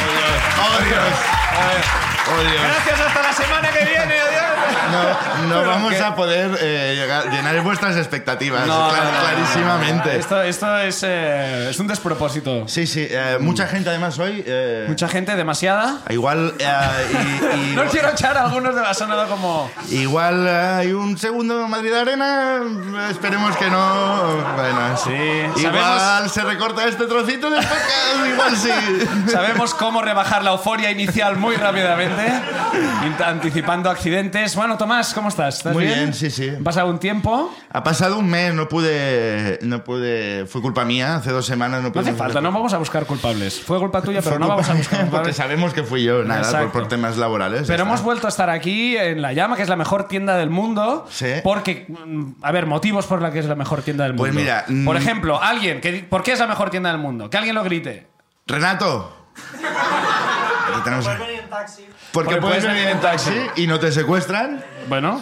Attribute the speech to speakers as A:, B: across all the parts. A: Oh, Dios. Oh, Dios.
B: Gracias, hasta la semana que viene. Adiós.
A: No, no
B: Pero
A: vamos
B: que-
A: a poder eh, llegar- llenar vuestras expectativas,
B: No,
A: clar-
B: no, no, no.
A: clarísimamente.
B: Esto, esto es, eh, es un despropósito.
A: Sí, sí, eh, mucha gente además hoy. eh,
B: Mucha gente, demasiada.
A: Igual. eh, y- y-
B: No quiero echar a algunos de la sonada como...
A: Igual hay un segundo Madrid Arena. Esperemos que no. Bueno,
B: Sí,
A: Igual
B: sabemos-
A: se recorta este trocito del podcast. Igual sí.
B: Sabemos cómo rebajar la euforia inicial muy rápidamente, int- anticipando accidentes. Bueno, Tomás, ¿cómo estás? ¿Estás
A: Muy bien, sí, sí.
B: ¿Han pasado un tiempo?
A: Ha pasado un mes, no pude. No pude. Fue culpa mía. Hace dos semanas no
B: No
A: pude.
B: hace falta, no vamos a buscar culpables. Fue culpa tuya,
A: Fue
B: pero no
A: culpa
B: vamos a buscar
A: mía, Porque
B: culpables.
A: sabemos que fui yo, nada, por,
B: Exacto.
A: por temas laborales. ya
B: Pero
A: está.
B: hemos vuelto a estar aquí en La Llama, que es la mejor tienda del mundo.
A: Sí.
B: Porque, mm, a ver, motivos por la que es la mejor tienda del
A: Pues
B: mundo.
A: mira, mm.
B: Por ejemplo, alguien, que, di- ¿por qué es la mejor tienda del mundo? Que alguien lo grite.
A: Renato. Aquí tenemos a- Porque
B: Porque
A: puedes
B: puedes
A: venir en taxi y no te secuestran.
B: Bueno,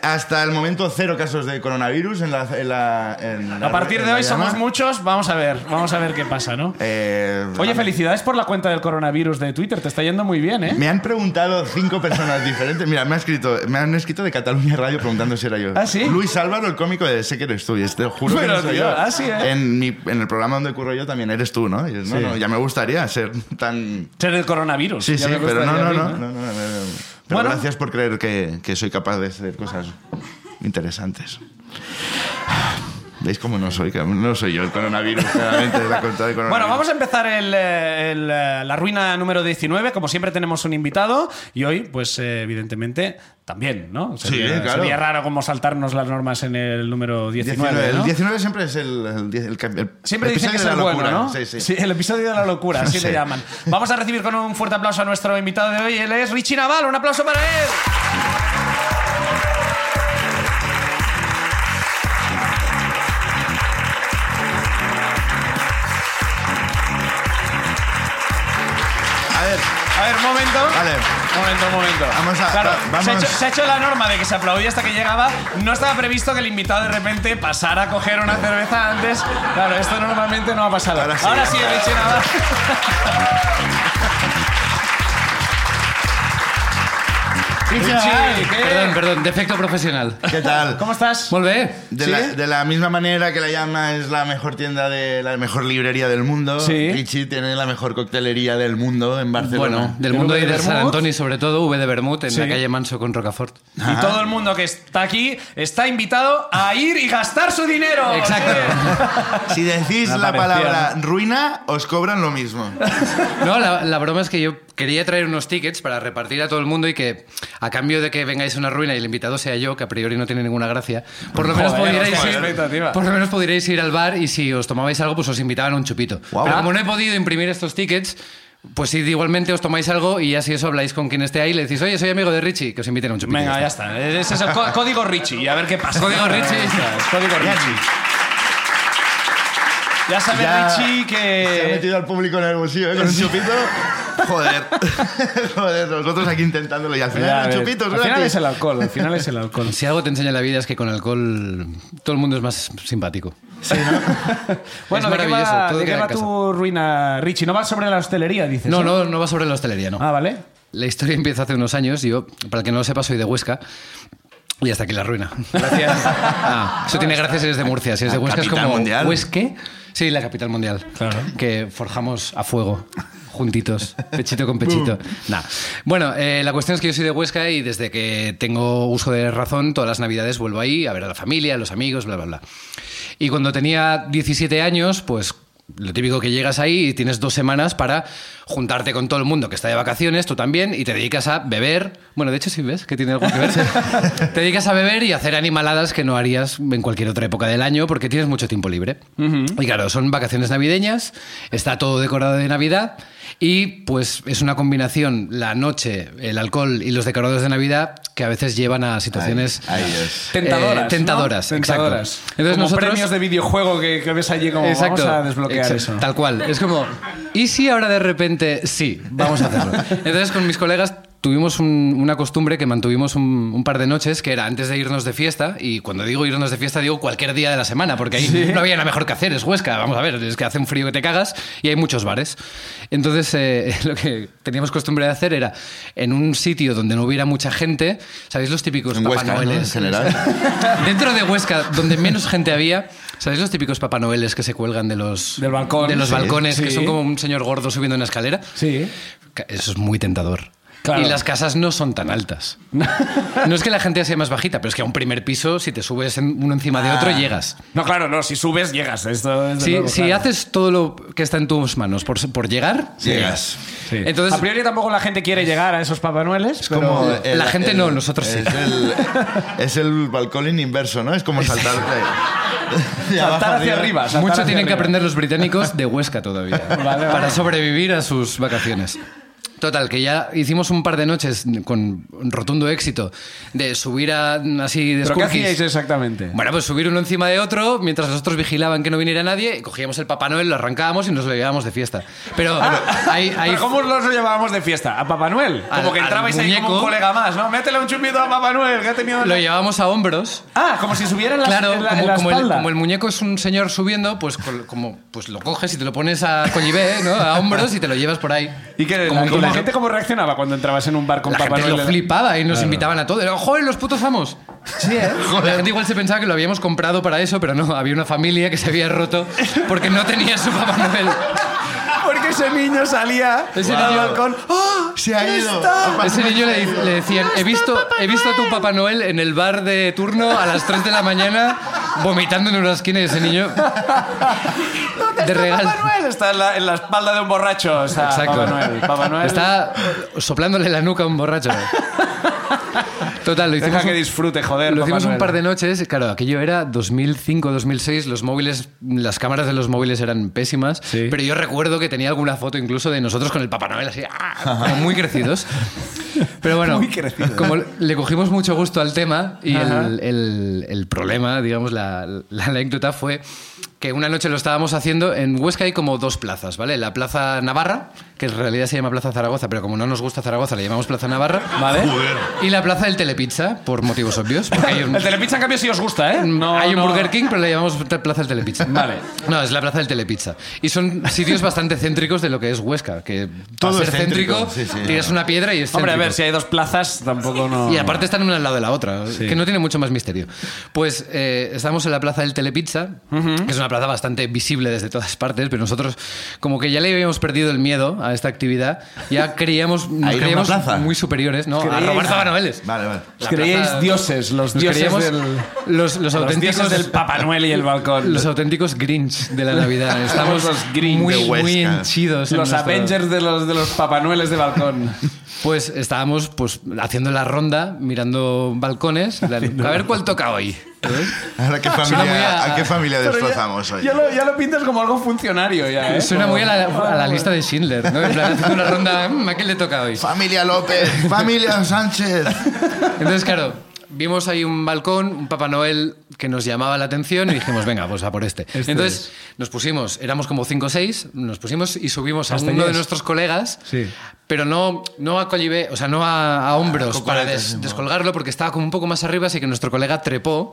A: Hasta el momento, cero casos de coronavirus en la. en la- en la-
B: a partir
A: en
B: de
A: la
B: hoy
A: llama.
B: somos muchos, vamos a ver, vamos a ver qué pasa, ¿no?
A: Eh,
B: Oye,
A: vamos.
B: felicidades por la cuenta del coronavirus de Twitter, te está yendo muy bien, ¿eh?
A: Me han preguntado cinco personas diferentes. Mira, me, ha escrito, me han escrito de Cataluña Radio preguntando si era yo.
B: ¿Ah, sí?
A: Luis Álvaro, el cómico de Sé que eres tú. Y este, juro
B: Pero,
A: que no soy
B: tío,
A: yo.
B: ah, sí, ¿eh?
A: en, mi- en el programa donde curro yo también eres tú, ¿no? Y es, no,
B: Sí.
A: no, ya me gustaría ser tan...
B: Ser el coronavirus.
A: Sí,
B: ya
A: sí,
B: me
A: pero no,
B: gustaría
A: no,
B: a mí,
A: no. no, no, no, no. Pero
B: Bueno.
A: gracias por creer que, que soy capaz de hacer cosas interesantes. ¿Veis cómo no soy? No soy yo el coronavirus, claramente, es la cuenta de coronavirus.
B: Bueno, vamos a empezar el, eh, el, eh, la ruina número 19. Como siempre tenemos un invitado y hoy, pues eh, evidentemente, también, ¿no?
A: Sí, claro.
B: sería raro como saltarnos las normas en el número 19.
A: 19,
B: ¿no?
A: El 19 siempre es el, el, die- el cam- el
B: Siempre dicen
A: episodio
B: que es
A: de
B: el
A: la
B: bueno,
A: locura.
B: ¿no?
A: Sí, sí.
B: el episodio de la locura, así
A: Sí.
B: le llaman. Vamos a recibir con un fuerte aplauso a nuestro invitado de hoy. Él es Richie Naval. Un aplauso para él.
A: A ver,
B: A ver, un momento.
A: Vale.
B: Un momento, un momento.
A: Vamos a-
B: Claro,
A: va- vamos.
B: Se, ha hecho, se ha hecho la norma de que se aplaudía hasta que llegaba. No estaba previsto que el invitado de repente pasara a coger una cerveza antes. Claro, esto normalmente no ha pasado.
A: Ahora sí.
B: Richie Navarro. Richie, ¿qué?
C: Perdón, perdón, defecto profesional.
A: ¿qué tal?
B: ¿Cómo estás?
C: Molt bé.
A: De,
B: ¿Sí?
A: la, de la misma manera que la llama es la mejor tienda de la mejor librería del mundo,
B: Sí.
A: Richie tiene la mejor coctelería del mundo en Barcelona.
C: Bueno, del
B: ¿El
C: mundo
B: V
C: y
B: de
C: de San
B: Bermud?
C: Antonio, sobre todo, V de Bermud, en
B: Sí.
C: la calle Manso con Rocafort.
B: Y todo el mundo que está aquí está invitado a ir y gastar su dinero.
C: Exacto.
A: si decís
B: Me
A: la
B: parecía,
A: palabra ruina, os cobran lo mismo.
C: No, la, la broma es que yo quería traer unos tickets para repartir a todo el mundo y que, a cambio de que vengáis a una ruina y el invitado sea yo, que a priori no tiene ninguna gracia, por lo menos,
B: Joder,
C: pudierais,
B: hostia, qué expectativa.
C: ir, por lo menos pudierais ir al bar y si os tomabais algo, pues os invitaban a un chupito.
A: Guau.
C: Pero como no he podido imprimir estos tickets, pues si igualmente os tomáis algo y así eso habláis con quien esté ahí y le decís, oye, soy amigo de Richie, que os inviten a un chupito.
B: Venga, ya está. Ese es el có- código Richie. Y a ver qué pasa.
C: Código Richie.
B: Código Richie. Ya sabe
A: Ya Se
B: Richie
A: ha
B: que.
A: metido al público en el bolsillo, ¿eh? Con un chupito. Joder. Joder, nosotros aquí intentándolo y al
B: Ya, a
A: final,
B: ver.
A: chupitos,
B: al final
A: gratis.
B: es el alcohol. Al final es el alcohol.
C: Si algo te enseña la vida es que con alcohol todo el mundo es más simpático.
B: Bueno, ¿de qué
C: maravilloso,
B: va,
C: todo
B: de qué
C: queda
B: va
C: en casa.
B: tu ruina, Richie? ¿No va sobre la hostelería, dices?
C: No,
B: eh?
C: no, no va sobre la hostelería, no.
B: Ah, vale.
C: La historia empieza hace unos años. Yo, para el que no lo sepa, soy de Huesca. Y hasta aquí la ruina. Gracias. eso tiene gracias si eres de Murcia. Si eres de Huesca es
A: capital
C: como...
A: mundial.
C: ¿Huesque? Sí, la capital mundial.
B: Claro.
C: Que forjamos a fuego, juntitos, pechito con pechito. Nah. Bueno, eh, la cuestión es que yo soy de Huesca y desde que tengo uso de razón, todas las navidades vuelvo ahí a ver a la familia, a los amigos, bla, bla, bla. Y cuando tenía 17 años, pues lo típico que llegas ahí y tienes dos semanas para juntarte con todo el mundo que está de vacaciones, tú también, y te dedicas a beber. Bueno, de hecho, si ves que tiene algo que ver, te dedicas a beber y a hacer animaladas que no harías en cualquier otra época del año porque tienes mucho tiempo libre. Y claro, son vacaciones navideñas, está todo decorado de Navidad y pues es una combinación la noche, el alcohol y los decorados de Navidad que a veces llevan a situaciones
A: Ay, Dios.
B: Tentadoras.
C: eh,
B: ¿no?
C: tentadoras, exacto.
B: Tentadoras.
C: Entonces
B: como
C: nosotros-
B: premios de videojuego que, que ves allí como
C: Exacto.
B: vamos a desbloquear
C: Exacto.
B: eso.
C: Tal cual. Es como, ¿y si ahora de repente sí? Vamos a hacerlo. Entonces con mis colegas tuvimos un- una costumbre que mantuvimos un, un par de noches, que era antes de irnos de fiesta, y cuando digo irnos de fiesta digo cualquier día de la semana, porque ahí no había nada mejor que hacer, es Huesca, vamos a ver, es que hace un frío que te cagas y hay muchos bares. Entonces eh, lo que teníamos costumbre de hacer era en un sitio donde no hubiera mucha gente, ¿sabéis los típicos
A: En
C: Papá
A: Huesca, ¿no? en
C: Noeles?
A: general.
C: Dentro de Huesca, donde menos gente había, ¿sabéis los típicos Papá Noeles que se cuelgan de los,
B: Del balcón.
C: de los
B: Sí,
C: balcones, que
B: sí.
C: son como un señor gordo subiendo una escalera?
B: Sí.
C: Ca- Eso es muy tentador.
B: Claro.
C: Y las casas no son tan altas. No es que la gente sea más bajita, pero es que a un primer piso, si te subes en- uno encima de otro, llegas.
B: No, claro, no, si subes, llegas. Esto es de
C: Si,
B: nuevo,
C: si
B: Ah. claro.
C: haces todo lo que está en tus manos por, s- por llegar,
A: Llegas.
B: Sí.
C: Entonces-
B: a priori tampoco la gente quiere llegar a esos Papá Noeles.
A: Es
B: pero-
A: como
C: la gente no, nosotros sí.
A: es El, es el balcón inverso, ¿no? Es como saltar de, de abajo
B: Saltar hacia arriba. saltar
C: mucho
B: hacia
C: tienen que
B: arriba.
C: aprender los británicos de Huesca todavía
B: vale.
C: para sobrevivir a sus vacaciones. Total, que ya hicimos un par de noches con rotundo éxito de subir a, así de
B: ¿Pero qué
C: escurquis.
B: hacíais exactamente?
C: Bueno, pues subir uno encima de otro mientras los otros vigilaban que no viniera nadie, cogíamos el Papá Noel, lo arrancábamos y nos lo llevábamos de fiesta. Pero hay, hay-
B: Ah, ¿Pero ¿Cómo los llevábamos de fiesta? ¿A Papá Noel? Como
C: Al-
B: que
C: al
B: entrabais ahí como un
C: muñeco.
B: colega más, ¿no? Métele un chupito a Papá Noel, que ha tenido...
C: lo llevábamos a hombros.
B: Ah, como si subiera en la,
C: Claro,
B: en la- en
C: como,
B: la
C: como el,
B: espalda.
C: como el muñeco es un señor subiendo, pues col- como pues lo coges y te lo pones a collivé, ¿no? A hombros y te lo llevas por ahí.
B: ¿Y que la,
C: Como un
B: y la
C: colega.
B: gente cómo reaccionaba cuando entrabas en un bar con
C: La
B: Papá
C: gente
B: Noel?
C: lo flipaba y nos invitaban a todos. Era, ¡Joder, los putos amos! Sí, ¿eh? La gente igual se pensaba que lo habíamos comprado para eso, pero no, había una familia que se había roto porque no tenía su Papá Noel.
B: Porque ese niño salía
C: Ese
B: al
C: niño-
B: balcón. ¡Ah!
A: Se ha ido.
B: está!
C: Ese niño le, le decían, he visto, he visto a tu Papá Noel en el bar de turno a las 3 de la mañana vomitando en una esquina y ese niño... De regalo.
B: Papá Noel está en la, en la espalda de un borracho. o sea,
C: Exacto.
B: Papá Noel. Papá Noel.
C: Está soplándole la nuca a un borracho. Total, lo
B: Deja
C: hicimos,
B: que
C: un,
B: disfrute, joder.
C: lo
B: Papá
C: hicimos un
B: Noel.
C: par de noches. Claro, aquello era 2005, 2006. Los móviles, las cámaras de los móviles eran pésimas.
B: Sí.
C: Pero yo recuerdo que tenía alguna foto incluso de nosotros con el Papá Noel así, ¡ah! como muy crecidos. Pero bueno,
B: Muy crecidos.
C: como le cogimos mucho gusto al tema y
B: Ajá.
C: el, el- el problema, digamos, la, la anécdota fue que una noche lo estábamos haciendo en Huesca hay como dos plazas, ¿vale? La Plaza Navarra, que en realidad se llama Plaza Zaragoza, pero como no nos gusta Zaragoza, le llamamos Plaza Navarra.
B: ¿Vale?
C: Y la Plaza del Telepizza, por motivos obvios. Porque hay un,
B: El telepizza, en cambio, sí os gusta, ¿eh? No,
C: hay un
B: no.
C: Burger King, pero le llamamos te- Plaza del Telepizza.
B: Vale.
C: No, es la Plaza del Telepizza. Y son sitios bastante céntricos de lo que es Huesca, que
A: Todo
C: para
A: es
C: ser céntrico,
A: céntrico, sí, sí.
C: tienes una piedra y es
B: Hombre, a
C: céntrico.
B: ver, si hay dos plazas, tampoco no.
C: Y aparte están una al lado de la otra, que no tiene mucho más misterio. Pues eh, estábamos en la plaza del Telepizza, que es una plaza bastante visible desde todas partes, pero nosotros como que ya le habíamos perdido el miedo a esta actividad, ya creíamos, nos
A: ¿A ir a
C: creíamos
A: una plaza?
C: muy superiores, ¿no? A
B: ¿Creíais?
C: Roberto Banoeles.
A: Vale, vale.
B: Os creíais dioses, los
C: nos
B: dioses
C: creíamos
B: del-
C: los, los
B: Los
C: auténticos
B: dioses del Papá Noel y el balcón.
C: Los auténticos Grinch de la Navidad. Estamos
B: Los Grinch
C: muy,
A: de Huesca.
C: muy henchidos. en
B: Los
C: nuestro-
B: Avengers de los, de los papanueles de balcón.
C: Pues estábamos pues, haciendo la ronda, mirando balcones. en plan, a ver cuál toca hoy.
B: ¿Eh?
A: ¿A qué
C: Suena muy
A: familia,
C: a-
A: a qué familia
B: Pero
A: destrozamos
B: ya,
A: hoy?
B: ya lo, ya lo pintas como algo funcionario ya, ¿eh?
C: Suena
B: Como-
C: muy a la, a la lista de Schindler, ¿no? En plan, haciendo una ronda, "Mm, ¿a quién le toca hoy?
A: Familia López, familia Sánchez.
C: Entonces, claro, vimos ahí un balcón, un Papá Noel que nos llamaba la atención y dijimos, venga, pues a por este. Entonces, nos pusimos, éramos como cinco o seis, nos pusimos y subimos a
B: Hasta
C: uno de
B: yes.
C: nuestros colegas,
B: Sí.
C: pero no, no a collivé, o sea, no a, a hombros para
A: coletes,
C: des-
A: sí,
C: descolgarlo porque estaba como un poco más arriba, así que nuestro colega trepó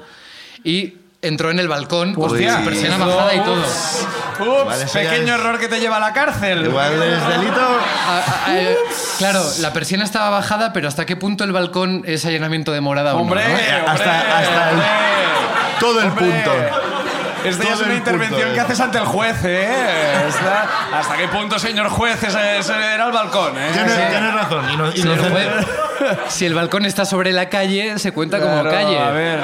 C: y entró en el balcón con
A: Hostia.
C: su persiana bajada y todo.
B: Ups,
A: Vale, eso ya
B: pequeño
A: es-
B: error que te lleva a la cárcel.
A: Igual es delito.
C: A- a- a- eh, claro, la persiana estaba bajada, pero ¿hasta qué punto el balcón es allanamiento de morada o no,
B: Hombre,
C: no?
B: hombre,
A: Hasta- hasta el-
B: hombre.
A: Todo el
B: Hombre,
A: punto.
B: Esta ya es
A: Todo
B: una
A: el punto,
B: intervención
A: eh.
B: que haces ante el juez, ¿eh? Esta- ¿Hasta qué punto, señor juez, ese, ese era el balcón, eh?
A: Tienes, tienes razón. y no- y
C: Señor
A: no-
C: juez, si el balcón está sobre la calle, se cuenta
B: Claro,
C: como calle.
B: A ver.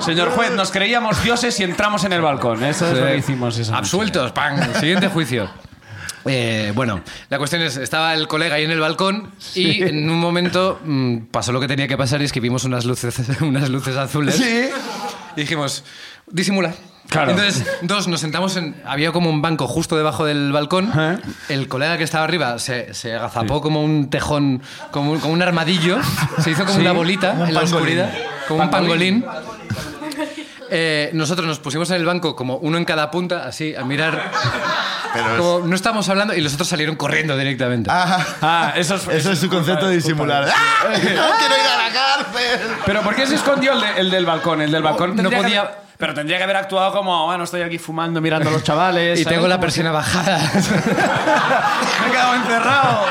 B: Señor juez, nos creíamos dioses y entramos en el balcón. Eso es
C: Sí.
B: lo que hicimos esa noche.
C: Absueltos, pan. Siguiente juicio. Eh, bueno, la cuestión es, estaba el colega ahí en el balcón y en un momento mm, pasó lo que tenía que pasar y es que vimos unas luces, unas luces azules.
B: Sí.
C: Y dijimos, disimula.
B: Claro.
C: Entonces, dos, nos sentamos en. Había como un banco justo debajo del balcón.
B: Ajá.
C: El colega que estaba arriba se, se agazapó como un tejón, como, un- como un armadillo. Se hizo como
B: Sí.
C: una bolita
A: Como un
C: en la
A: pangolín.
C: oscuridad. Como
B: Pangolín.
C: un pangolín. Eh, nosotros nos pusimos en el banco como uno en cada punta, así, a mirar
A: Pero es-
C: Como no estamos hablando y los otros salieron corriendo directamente.
A: Ah,
B: Ah, eso es.
A: eso es su concepto de disimular. ¡Ah! ¡No quiero ir a la cárcel!
B: Pero ¿por qué se escondió el, de- el del balcón? El del balcón
C: no
B: tendría que
C: podía-
B: haber- pero tendría que haber actuado como, bueno, estoy aquí fumando, mirando a los chavales.
C: y
B: ¿sabes?
C: tengo la
B: Como-
C: persiana bajada.
B: Me he quedado encerrado.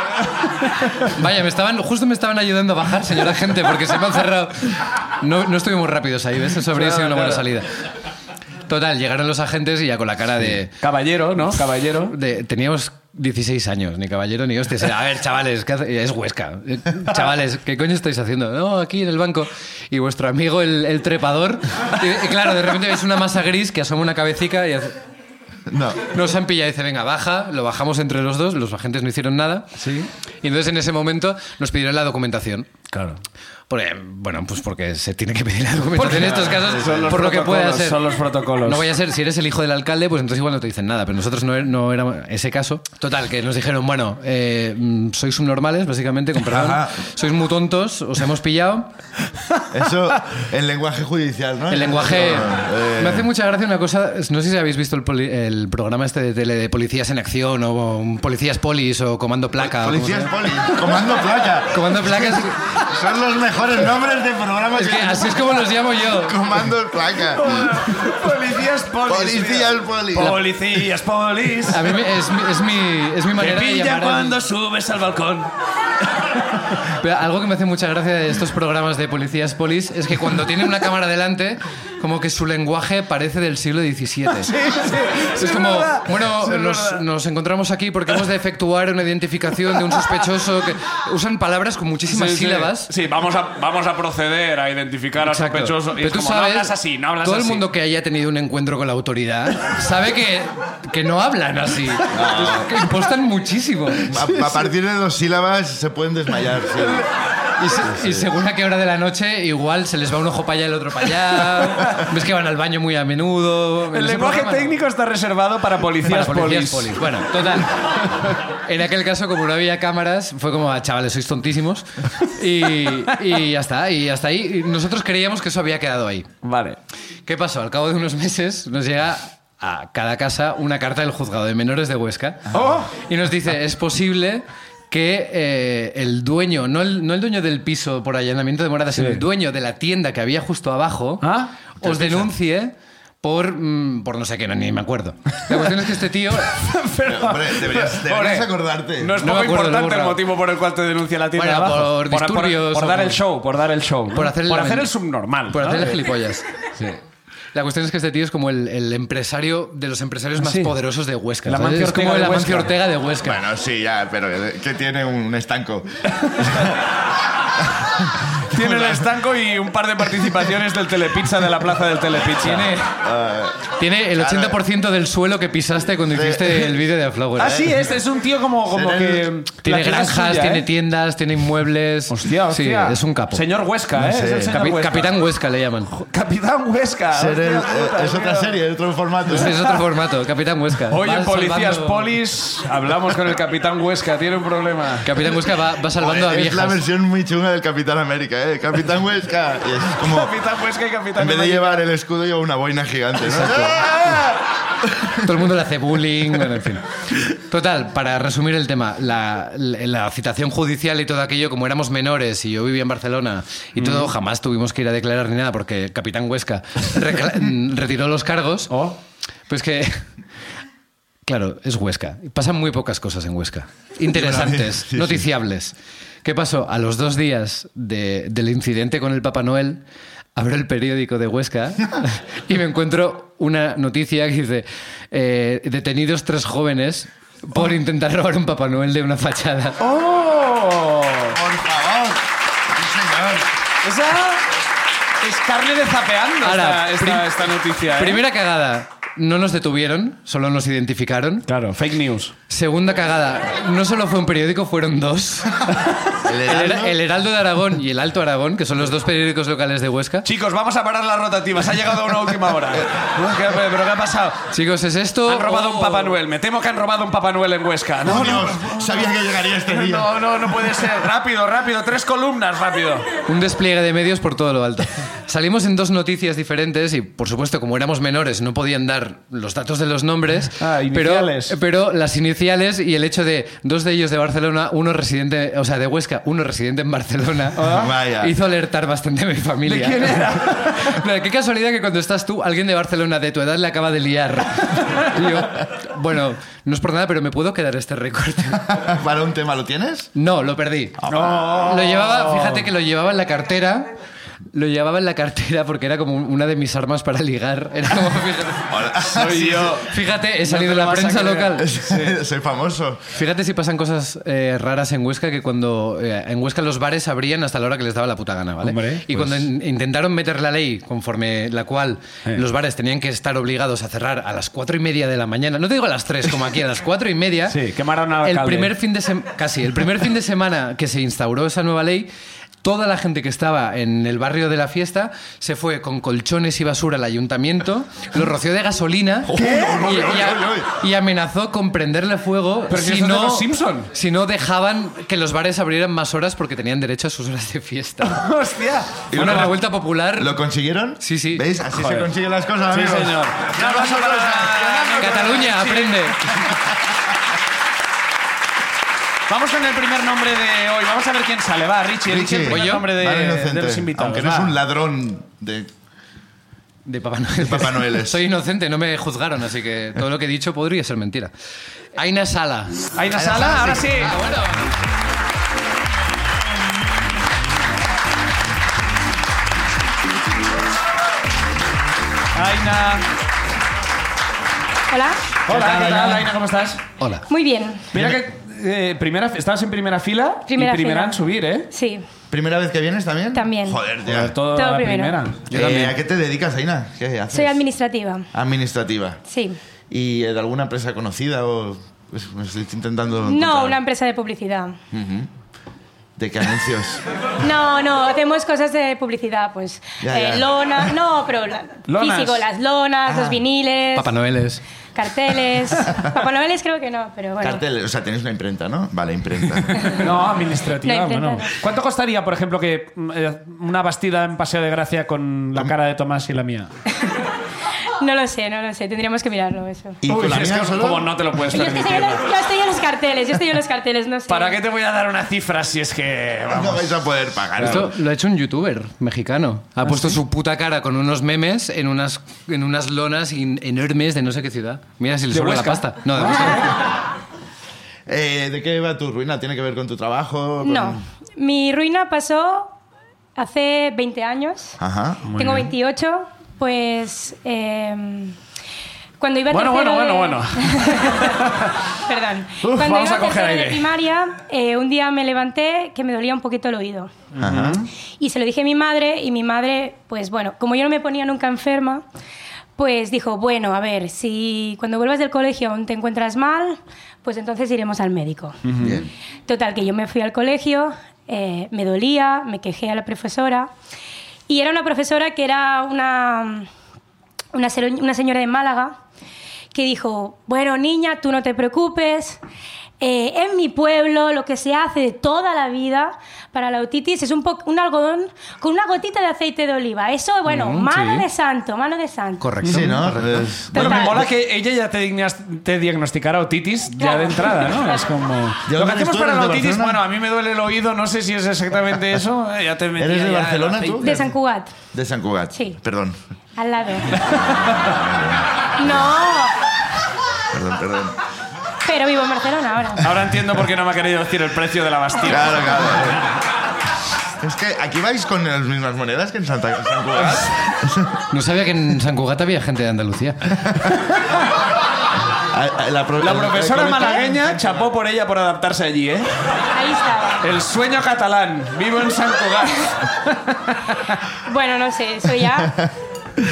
C: Vaya, me estaban, justo me estaban ayudando a bajar, señora gente, porque se me han cerrado. No, no estuvimos rápidos ahí, ¿ves? Eso habría
B: Claro,
C: sido una buena
B: claro.
C: salida. Total, llegaron los agentes y ya con la cara de...
B: Caballero, ¿no? Caballero.
C: de- teníamos 16 años, ni caballero ni hostias. Era, A ver, chavales, ¿qué hace-?" es Huesca. Eh, Chavales, ¿qué coño estáis haciendo? No, aquí en el banco. Y vuestro amigo, el, el trepador. Y, y claro, de repente ves una masa gris que asoma una cabecica y hace-
A: No.
C: nos han pillado y dice, venga, baja, lo bajamos entre los dos, los agentes no hicieron nada.
B: Sí.
C: Y entonces en ese momento nos pidieron la documentación.
B: Claro.
C: Porque, bueno, pues porque se tiene que pedir la documentación en estos casos, por lo que pueda ser.
B: Son los protocolos.
C: No vaya a ser, si eres el hijo del alcalde, pues entonces igual no te dicen nada, pero nosotros no, er, no era ese caso. Total, que nos dijeron, bueno, eh, mm, sois subnormales, básicamente, con perdón,
A: Ajá.
C: sois muy tontos, os hemos pillado.
A: Eso, el lenguaje judicial, ¿no?
C: El lenguaje...
A: Eh,
C: Me hace mucha gracia una cosa, no sé si habéis visto el, poli- el programa este de tele de Policías en Acción o um, Policías Polis o Comando Placa. o como
A: Policías
C: Ah, se llama.
A: poli, comando playa.
C: Comando Placa es-
A: Son los mejores nombres de programa
C: es que así es como los llamo yo.
A: Comando placa.
B: Policías, polis.
A: Policías, polis.
B: Policías, polis.
C: A mí me- es, mi- es mi, es mi
B: Te
C: manera de
B: pilla
C: llamar a-
B: cuando subes al balcón.
C: Pero algo que me hace mucha gracia de estos programas de policías polis es que cuando tienen una cámara delante, como que su lenguaje parece del siglo XVII. es como, bueno, nos, nos encontramos aquí porque hemos de efectuar una identificación de un sospechoso que usan palabras con muchísimas
B: Sí, sí.
C: sílabas.
B: Sí, vamos a, vamos a proceder a identificar al
C: Exacto.
B: sospechoso. Y
C: Pero
B: es
C: tú
B: como, no
C: sabes,
B: hablas así, no hablas
C: todo
B: así.
C: el mundo que haya tenido un encuentro con la autoridad sabe que, que no hablan así. Que impostan muchísimo.
A: A, a partir de dos sílabas se pueden desmayar. sí.
C: Y, se- y según a qué hora de la noche, igual se les va un ojo para allá y el otro para allá. Ves que van al baño muy a menudo. En
B: El
C: ese
B: lenguaje
C: programa, ¿no?
B: técnico está reservado para
C: Para
B: policías,
C: policías,
B: polis.
C: polis. Bueno, total. En aquel caso, como no había cámaras, fue como, "Ah, chavales, sois tontísimos. Y, y ya está. Y hasta ahí. Y Nosotros creíamos que eso había quedado ahí.
B: Vale.
C: ¿Qué pasó? Al cabo de unos meses nos llega a cada casa una carta del juzgado de menores de Huesca
B: ¡Oh!
C: y nos dice, es posible que eh, el dueño, no el, no el dueño del piso por allanamiento de morada, sino el dueño de la tienda que había justo abajo,
B: Ah,
C: os denuncie por, mm, por no sé qué, no, ni me acuerdo. La cuestión es que este tío...
A: Pero, hombre, deberías, deberías
B: Pobre,
A: acordarte.
B: No es
C: No
B: poco
C: me acuerdo, lo
B: importante
C: he
B: el
C: borrado.
B: motivo por el cual te denuncia la tienda
C: Bueno,
B: de abajo.
C: por disturbios
B: Por,
C: o
B: dar
C: por-
B: el show, por dar el show. ¿no?
C: Por hacer el,
B: por hacer
C: lamen-
B: el subnormal.
C: Por
B: ¿no? Eh,
C: hacer el gilipollas. Sí. La cuestión es que este tío es como el, el empresario de los empresarios más
B: Ah, Sí.
C: poderosos de Huesca.
B: El
C: ¿sabes?
B: Amancio
C: Es como
B: Ortega de
C: el Amancio
B: Huesca.
C: Ortega de Huesca.
A: Bueno, sí, ya, pero que tiene un estanco.
B: Tiene el estanco y un par de participaciones del Telepizza de la plaza del Telepizza.
C: Tiene, tiene el 80% del suelo que pisaste cuando hiciste el vídeo de Aflower. ¿eh?
B: Ah, sí, es, es un tío como, como
A: Será
B: que.
A: el-
C: Tiene
B: la casa es
C: granjas,
B: suya,
C: tiene
B: ¿eh?
C: tiendas, tiene inmuebles.
B: Hostia, hostia.
C: Sí, es un capo.
B: Señor Huesca, ¿eh?
A: sé.
B: Es el señor
C: Capi-
B: Huesca.
C: Capitán Huesca le llaman.
B: Capitán Huesca.
A: Ser el-
B: hostia
A: eh,
B: puta,
A: es otra
B: tío.
A: serie, otro formato.
C: Es otro formato, Capitán Huesca.
B: Oye,
C: Va
B: policías
C: salvando-
B: polis, hablamos con el Capitán Huesca, tiene un problema.
C: Capitán Huesca va, va salvando a
A: es la
C: viejas.
A: versión muy chunga del Capitán América, ¿eh? Capitán Huesca. Y es como,
B: Capitán Huesca y Capitán
A: en vez de
B: América.
A: llevar el escudo, lleva una boina gigante, ¿no? ¡Eh!
C: Todo el mundo le hace bullying, bueno, en fin. Total, para resumir el tema, la, la- la citación judicial y todo aquello, como éramos menores y yo vivía en Barcelona y todo, jamás tuvimos que ir a declarar ni nada porque el Capitán Huesca recla- mm, retiró los cargos.
B: Oh.
C: Pues que. Claro, es Huesca. Pasan muy pocas cosas en Huesca. Interesantes,
A: Sí, sí.
C: noticiables. ¿Qué pasó? A los dos días de- del incidente con el Papá Noel, abro el periódico de Huesca y me encuentro una noticia que dice: eh, Detenidos tres jóvenes por intentar robar un Papá Noel de una fachada.
B: ¡Oh!
A: Por favor. Sí, señor.
B: Esa es carne de zapeando
C: Ahora,
B: esta, esta-
C: prim-
B: esta noticia. ¿eh?
C: Primera cagada: no nos detuvieron, solo nos identificaron.
B: Claro, fake news.
C: Segunda cagada, no solo fue un periódico, fueron dos.
A: El
C: El,
A: Heraldo.
C: Hera- El Heraldo de Aragón y El Alto Aragón, que son los dos periódicos locales de Huesca.
B: Chicos, vamos a parar las rotativas. Ha llegado una última hora. ¿Qué- ¿Pero qué ha pasado?
C: Chicos, ¿es esto? Oh.
B: Han robado
C: o-
B: un Papá Noel. Me temo que han robado un Papá Noel en Huesca. No, no,
A: Dios, sabía que llegaría este día.
B: no, no, no puede ser. Rápido, rápido. Tres columnas, rápido.
C: Un despliegue de medios por todo lo alto. Salimos en dos noticias diferentes y, por supuesto, como éramos menores, no podían dar los datos de los nombres.
B: Ah, iniciales.
C: Pero, pero las iniciales y el hecho de dos de ellos de Barcelona, uno residente, o sea, de Huesca, uno residente en Barcelona,
A: Vaya.
C: hizo alertar bastante a mi familia.
B: Ah. ¿De quién era?
C: Claro, qué casualidad que cuando estás tú, alguien de Barcelona de tu edad le acaba de liar. Y yo, bueno, no es por nada, pero me puedo quedar este recorte.
A: ¿Para un tema lo tienes?
C: No, lo perdí. Lo llevaba, fíjate que lo llevaba en la cartera. Lo llevaba en la cartera porque era como un- una de mis armas para ligar. Era como, fíjate,
A: Hola.
B: Soy yo.
C: fíjate, he
B: No
C: salido
B: te lo
C: en la
B: vas a
C: prensa
B: creer.
C: local.
A: Soy famoso.
C: Fíjate si pasan cosas eh, raras en Huesca que cuando eh, en Huesca los bares abrían hasta la hora que les daba la puta gana, ¿vale?
D: Hombre,
C: y
D: pues-
C: cuando in- intentaron meter la ley conforme la cual
D: Eh.
C: los bares tenían que estar obligados a cerrar a las cuatro y media de la mañana, no te digo a las tres como aquí, a las cuatro y media.
D: Sí, quemaron al
C: El
D: alcalde.
C: primer fin de sem- casi el primer fin de semana que se instauró esa nueva ley. Toda la gente que estaba en el barrio de la fiesta se fue con colchones y basura al ayuntamiento, lo roció de gasolina y,
A: Uy, uy,
C: y a-
A: uy, uy.
C: y amenazó con prenderle fuego
B: Pero si esto es de los Simpson.
C: si no dejaban que los bares abrieran más horas porque tenían derecho a sus horas de fiesta.
B: ¡Hostia!
C: Fue una revuelta popular.
A: ¿Lo consiguieron?
C: Sí, sí.
A: ¿Veis? Así
D: Joder.
A: se consiguen las cosas,
B: Sí,
A: amigos.
B: señor. Un aplauso para
C: Cataluña,
B: Sí.
C: aprende.
B: Vamos con el primer nombre de hoy. Vamos a ver quién sale. Va, Richie. Richie,
A: Richie,
B: el primer
C: ¿voy yo?
B: nombre de,
A: Vale, inocente.
B: de los invitados.
A: Aunque no es
B: va.
A: un ladrón de
C: De Papá Noel.
A: Papá Noel.
C: Soy inocente, no me juzgaron, así que todo lo que he dicho podría ser mentira. Aina Sala.
B: Aina Sala, ahora sí.
C: Ah, bueno.
B: Aina.
E: Hola.
B: Hola, ¿qué tal,
C: Aina?
B: Aina? ¿Cómo estás?
C: Hola.
E: Muy bien.
B: Mira que eh, primera, estabas en primera fila
E: Primera
B: y primera
E: fila.
B: en subir, ¿eh?
E: Sí.
A: ¿Primera vez que vienes también?
E: También.
A: Joder, ya.
B: Joder, todo,
E: Todo
B: a la
E: primero.
B: primera.
A: Eh, ¿A qué te dedicas, Aina? ¿Qué haces?
E: Soy administrativa.
A: Administrativa.
E: Sí.
A: ¿Y eh, de alguna empresa conocida o...? pues, me estoy intentando... encontrar-
E: No, una empresa de publicidad.
A: ¿De qué anuncios?
E: No, no, hacemos cosas de publicidad, pues.
A: Ya, ya.
E: eh, lonas, no, pero la-
B: Lonas.
E: físico, las lonas, los viniles,
C: Papá Noel es.
E: carteles. Papá Noel es creo que no, pero bueno.
A: Cartel, o sea, tenéis una imprenta, ¿no? Vale, imprenta.
B: No, administrativa,
E: No intenta,
B: bueno.
E: no.
D: ¿Cuánto costaría, por ejemplo, que mm, eh, una bastida en Paseo de Gracia con la cara de Tomás y la mía?
E: No lo sé, no lo sé. Tendríamos que mirarlo eso.
A: ¿Y
D: Uy,
A: con la
D: es
A: mía
D: que
A: solo?
D: como no te lo puedes
E: Yo estoy en
D: permitir.
E: los, yo estoy en los carteles, yo estoy en los carteles, no sé.
B: ¿Para qué te voy a dar una cifra si es que...
A: No
B: Vamos.
A: vais a poder pagar.
C: Esto lo ha hecho un youtuber mexicano. Ha puesto su puta cara con unos memes en unas, en unas lonas in- enormes de no sé qué ciudad. Mira si le
B: ¿De
C: sobra la
B: Huesca?
C: pasta. No, de Ah. Huesca.
A: Eh, ¿De qué va tu ruina? ¿Tiene que ver con tu trabajo? con-
E: No. Mi ruina pasó hace 20 años.
A: Ajá.
E: Tengo 28, pues eh, cuando iba a
D: Bueno, bueno,
E: tercero
D: bueno,
E: de-
D: bueno.
E: Perdón.
D: Uf,
E: cuando
D: vamos
E: iba
D: a coger
E: tercero
D: aire.
E: de primaria, eh, un día me levanté que me dolía un poquito el oído.
A: Ajá.
E: Y se lo dije a mi madre y mi madre, pues bueno, como yo no me ponía nunca enferma, pues dijo, bueno, a ver, si cuando vuelvas del colegio aún te encuentras mal, pues entonces iremos al médico.
D: Mm.
A: Bien.
E: Total, que yo me fui al colegio, eh, me dolía, me quejé a la profesora. Y era una profesora que era una, una, sero- una señora de Málaga que dijo, bueno, niña, tú no te preocupes. eh, en mi pueblo lo que se hace de toda la vida para la otitis es un, po- un algodón con una gotita de aceite de oliva. Eso, bueno,
C: Mm,
E: mano
C: sí.
E: de santo, mano de santo.
C: Correcto.
A: Sí, ¿no? Es-
B: Bueno, me
E: Total.
B: mola que ella ya te, dignas- te diagnosticara otitis ya
E: Claro.
B: de entrada, ¿no? Es como...
A: ¿De
B: Lo que
A: dónde eres
B: hacemos
A: tú?
B: para
A: ¿Eres
B: la
A: de
B: otitis,
A: Barcelona?
B: bueno, a mí me duele el oído, no sé si es exactamente eso. eh, Ya te metía
A: ¿Eres de
B: ya el
A: Barcelona,
B: aceite.
A: tú?
E: De San Cugat,
A: De San Cugat.
E: Sí.
A: Perdón,
E: al lado. no,
A: perdón, perdón.
E: pero vivo en Barcelona ahora.
B: Ahora entiendo por qué no me ha querido decir el precio de la bastida.
A: Claro, claro. Es que aquí vais con las mismas monedas que en Santa San Cugat.
C: No sabía que en San Cugat había gente de Andalucía.
A: A- a- Ah, La, pro- eh,
B: La
A: el-
B: profesora
A: el-
B: malagueña chapó por ella por adaptarse allí, ¿eh?
E: Ahí estaba.
B: El sueño catalán. Vivo en San Cugat.
E: Bueno, no sé, eso ya.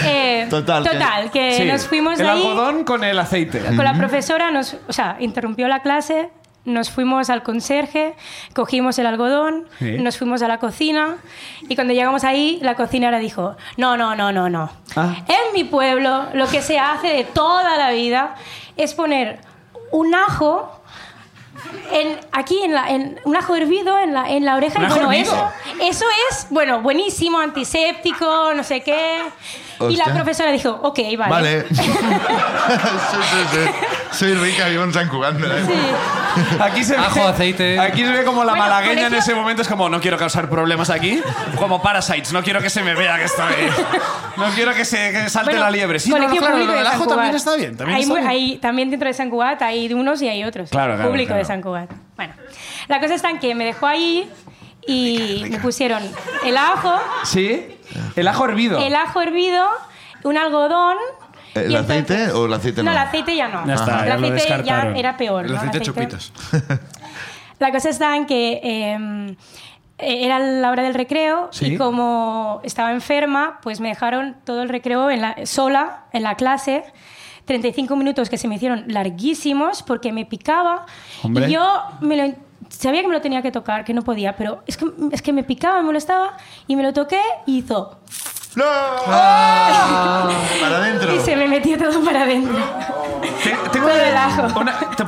E: Eh,
A: Total, que-
E: que,
B: Sí.
E: Eh, nos fuimos
B: El
E: de ahí
B: algodón con el aceite.
E: con la profesora, nos, o sea, interrumpió la clase, nos fuimos al conserje, cogimos el algodón,
D: Sí.
E: nos fuimos a la cocina y cuando llegamos ahí, la cocinera dijo, no, no, no, no, no.
D: Ah.
E: En mi pueblo lo que se hace de toda la vida es poner un ajo en- aquí en, la, en un ajo hervido en la, en la oreja.
D: ¿Un
E: y
D: ajo
E: bueno,
D: hervido?
E: eso, eso es, bueno, buenísimo, antiséptico, no sé qué. Y
A: Hostia.
E: la profesora dijo, ok, vale.
A: Vale. Sí, sí, sí. Soy rica, vivo en San Juan.
E: Sí.
B: Aquí se
C: Ajo,
B: ve,
C: aceite.
B: Aquí se ve como la
E: Bueno,
B: malagueña en
E: colegio-
B: ese momento es como no quiero causar problemas aquí, como parasites, no quiero que se me vea que estoy. No quiero que se que salte
E: Bueno,
B: la liebre. Sí, no, no,
E: colegio
B: claro,
E: público
B: lo del
E: de San
B: ajo también
E: Cugat.
B: está bien, también
E: hay,
B: está
E: mu-
B: bien.
E: hay- también dentro de San Cugat hay de unos y hay otros.
B: Claro, claro,
E: Público de
B: claro.
E: San Cugat. Bueno, la cosa está en que me dejó ahí y me pusieron el ajo,
B: Sí. El ajo hervido.
E: el ajo hervido, un algodón.
A: ¿El
E: y
A: aceite o el aceite
E: no?
A: no?
E: el aceite ya no.
D: Ya está,
E: el
D: ya lo
E: aceite ya
D: descartaron.
E: era peor.
C: El
E: ¿no?
C: aceite chupitos.
E: La cosa está en que eh, era la hora del recreo
B: Sí.
E: y como estaba enferma, pues me dejaron todo el recreo en la- sola en la clase. 35 minutos que se me hicieron larguísimos porque me picaba.
D: Hombre.
E: Y yo me lo- sabía que me lo tenía que tocar, que no podía, pero es que, es que me picaba, me molestaba y me lo toqué y hizo.
A: ¡No!
E: ¡Ah!
A: Para adentro.
E: Y se me metió todo para adentro.
B: Te- tengo
E: Todo
B: una-
E: el ajo.
B: una- te-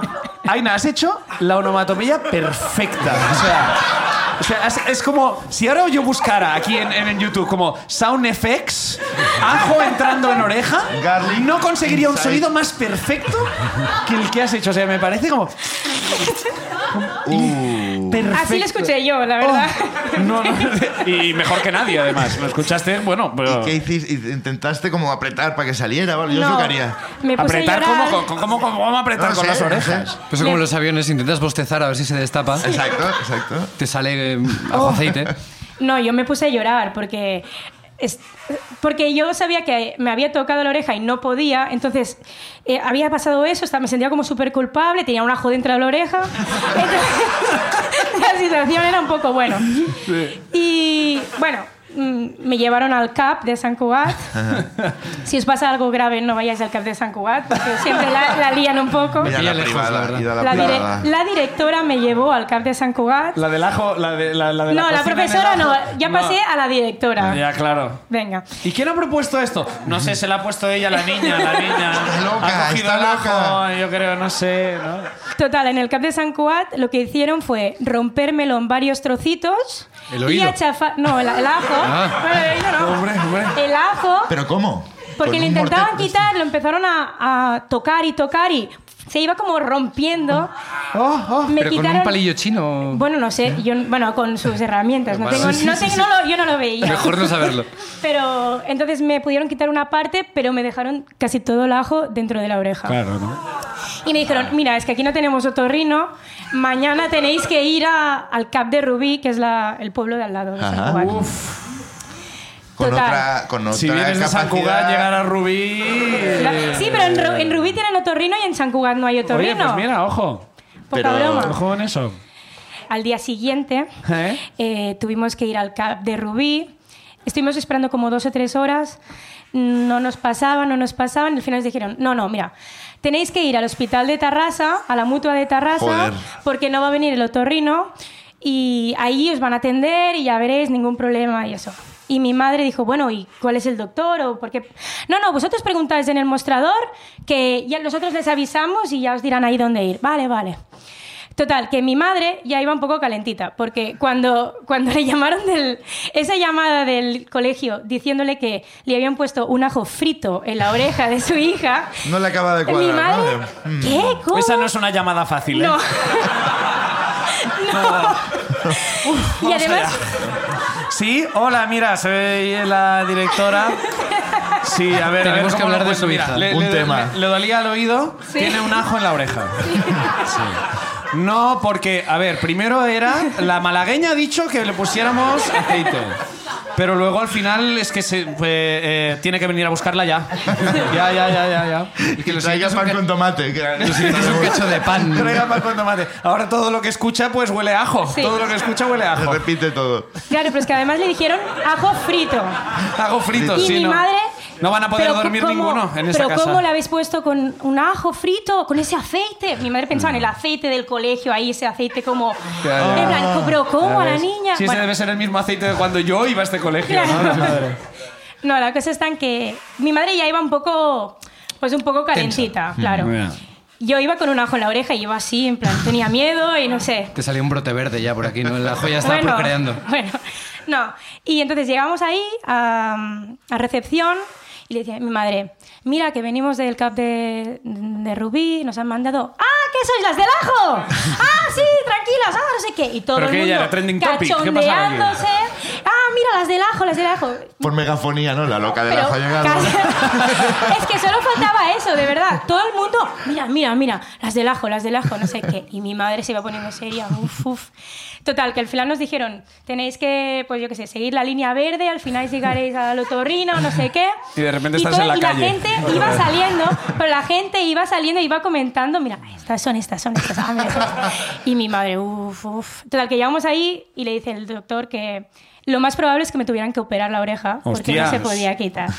B: Aina, has hecho la onomatopeya perfecta. O sea, o sea, has- es, como si ahora yo buscara aquí en, en- en YouTube como sound effects, ajo entrando en oreja,
A: Garlic
B: no conseguiría un
A: inside.
B: sonido más perfecto que el que has hecho. O sea, me parece como
A: Uh.
B: perfecto.
E: Así lo escuché yo, la verdad.
B: Oh, no, no, y mejor que nadie, además. Lo escuchaste, bueno, pero.
C: Ah.
A: ¿Y qué hiciste? ¿Intentaste como apretar para que saliera? Vale, yo es
E: No,
A: lo que haría.
E: Me puse a
B: apretar,
E: llorar.
B: ¿cómo, cómo, cómo- cómo vamos a apretar
A: No
B: con
A: sé,
B: las
A: no
B: orejas?
A: sé.
C: Pues es como los aviones, intentas bostezar a ver si se destapa.
A: Exacto, exacto.
C: Te sale eh, ajo aceite.
E: No, yo me puse a llorar porque, es- porque yo sabía que me había tocado la oreja y no podía. Entonces, eh, había pasado eso, hasta me sentía como súper culpable, tenía un ajo dentro de la oreja. Entonces, la situación era un poco bueno. Y bueno, mm, me llevaron al CAP de San Cugat. Si os pasa algo grave, no vayáis al CAP de San Cugat, porque siempre la, la lían un poco.
A: Mira
C: pilla
A: la
C: lejos, la
A: privada.
C: verdad.
A: id a
E: La,
A: la
E: dire-
A: privada.
E: la directora me llevó al CAP de San Cugat.
B: La del ajo, la de la, la de
E: No, la
B: cocina en el
E: profesora no,
B: ajo.
E: ya
B: No.
E: pasé a la directora.
B: Ya, claro.
E: Venga.
B: ¿Y quién ha propuesto esto? No sé, se la ha puesto ella, la niña, la niña.
A: Está loca,
B: ha cogido
A: está
B: el ajo,
A: loca.
B: yo creo, no sé, ¿no?
E: Total, en el Cap de San Cuat lo que hicieron fue rompérmelo en varios trocitos
C: ¿El oído?
E: y achafar. No, el, el ajo.
C: Ah.
E: Bueno, el oído no.
B: Hombre, hombre.
E: El ajo.
A: ¿Pero cómo?
E: porque
A: ¿Con
E: lo
A: un
E: intentaban
A: mortero?
E: quitar, lo empezaron a, a tocar y tocar y se iba como rompiendo.
A: Oh,
E: Me
C: Pero con un palillo chino.
E: Bueno, no sé, yo, bueno, con sus herramientas. No
C: Vale.
E: tengo,
C: Sí,
E: no
C: sí,
E: tengo-
C: sí,
E: no lo- yo no lo veía.
C: Mejor no saberlo.
E: Pero entonces me pudieron quitar una parte, pero me dejaron casi todo el ajo dentro de la oreja.
D: Claro, ¿no?
E: Y me dijeron, mira, es que aquí no tenemos otorrino, mañana tenéis que ir a- al Cap de Rubí, que es la- el pueblo de al lado de San
A: Ajá.
E: Juan.
A: Con
E: Total.
A: otra, con otra
B: Si vienes de San Cugat,
A: capacidad.
B: llegar a Rubí.
E: La- Sí, pero en, Ru- en Rubí tienen otorrino y en San Cugat no hay otorrino.
D: Oye, pues mira, ojo.
E: Poca
A: Pero-
E: broma.
D: Ojo con eso.
E: Al día siguiente
D: ¿Eh?
E: eh, tuvimos que ir al Cap de Rubí. Estuvimos esperando como dos o tres horas. No nos pasaban, no nos pasaban. Al final nos dijeron, no, no, mira, tenéis que ir al hospital de Tarrasa, a la mutua de Tarrasa,
A: Joder.
E: porque no va a venir el otorrino y ahí os van a atender y ya veréis ningún problema y eso. Y mi madre dijo, bueno, ¿y cuál es el doctor? o por qué? No, no, vosotros preguntáis en el mostrador que ya nosotros les avisamos y ya os dirán ahí dónde ir. Vale, vale. Total, que mi madre ya iba un poco calentita, porque cuando, cuando le llamaron del, esa llamada del colegio diciéndole que le habían puesto un ajo frito en la oreja de su hija,
A: No le acaba de
E: mi
A: cuadrar,
E: madre...
A: ¿no? De- Mm.
E: ¿Qué? ¿Cómo?
B: Esa no es una llamada fácil, ¿eh?
E: No. Y
B: Vamos
E: además,
B: allá. Sí, hola, mira, soy la directora. Sí, a ver. a ver
C: Tenemos que
B: cómo lo
C: hablar de
B: cuento.
C: su
B: Mira,
C: hija.
B: le-
A: Un
B: le-
A: tema.
B: Le, le dolía el oído,
E: Sí.
B: tiene un ajo en la oreja. Sí. No, porque, a ver, primero era. La malagueña ha dicho que le pusiéramos aceite. Pero luego al final es que se, fue, eh, tiene que venir a buscarla ya. Ya, ya, ya, ya. ya.
C: Y que
A: Y
C: lo
A: traiga
C: siguiente es un
A: pan
C: ca-
A: con tomate. que era-
C: es un cacho de pan.
B: Traiga más cuando mate. Ahora todo lo que escucha, pues huele a ajo.
E: Sí.
B: Todo lo que escucha huele a
A: Se
B: ajo.
A: repite todo.
E: claro, pero es que además le dijeron ajo frito.
B: Hago fritos,
E: Y
B: sí,
E: mi
B: no.
E: madre...
B: No van a poder
E: pero
B: dormir
E: ¿cómo-
B: ninguno en esa
E: Pero
B: casa.
E: ¿cómo le habéis puesto con un ajo frito, con ese aceite? Mi madre pensaba en el aceite del colegio, ahí ese aceite como...
B: Mm. ya.
E: En blanco, pero ¿cómo a la
B: ¿Ves?
E: niña?
B: Sí, ese
E: Bueno,
B: debe ser el mismo aceite de cuando yo iba a este colegio,
E: Claro.
B: ¿no? Madre.
E: No,
B: Mm,
E: la cosa está en que mi madre ya iba un poco, pues un poco calentita, claro. Yo iba con un ojo en la oreja y iba así, en plan, tenía miedo y no sé.
C: Te salió un brote verde ya por aquí, ¿no? La joya estaba procreando.
E: Bueno, no. Y entonces llegamos ahí a, a recepción y le decía a mi madre, mira que venimos del CAP de, de Rubí, nos han mandado, ¡ah, que sois las del ajo! ¡Ah, sí, tranquilas! ¡Ah, no sé qué! Y todo
B: Pero
E: el
B: que ella
E: mundo
B: era trending topic, ¿qué pasaba aquí?
E: cachondeándose. ¡Ah, mira, las del ajo, las del ajo!
A: Por megafonía, ¿no? La loca de la
E: Pero
A: ha llegado.
E: casi- es que solo faltaba eso, de verdad. Todo el mundo, mira, mira, mira, las del ajo, las del ajo, no sé qué. Y mi madre se iba poniendo seria, uf, uf. Total, que al final nos dijeron, tenéis que, pues yo qué sé, seguir la línea verde, al final llegaréis al otorrino, no sé qué.
B: Y de repente estás en la calle.
E: gente iba saliendo, pero la gente iba saliendo y iba comentando, mira, estas son, estas son, estas son. mira, estas son". Y mi madre, uff, uff. Total, que llegamos ahí y le dice el doctor que lo más probable es que me tuvieran que operar la oreja porque no se
B: Hostias.
E: podía quitar.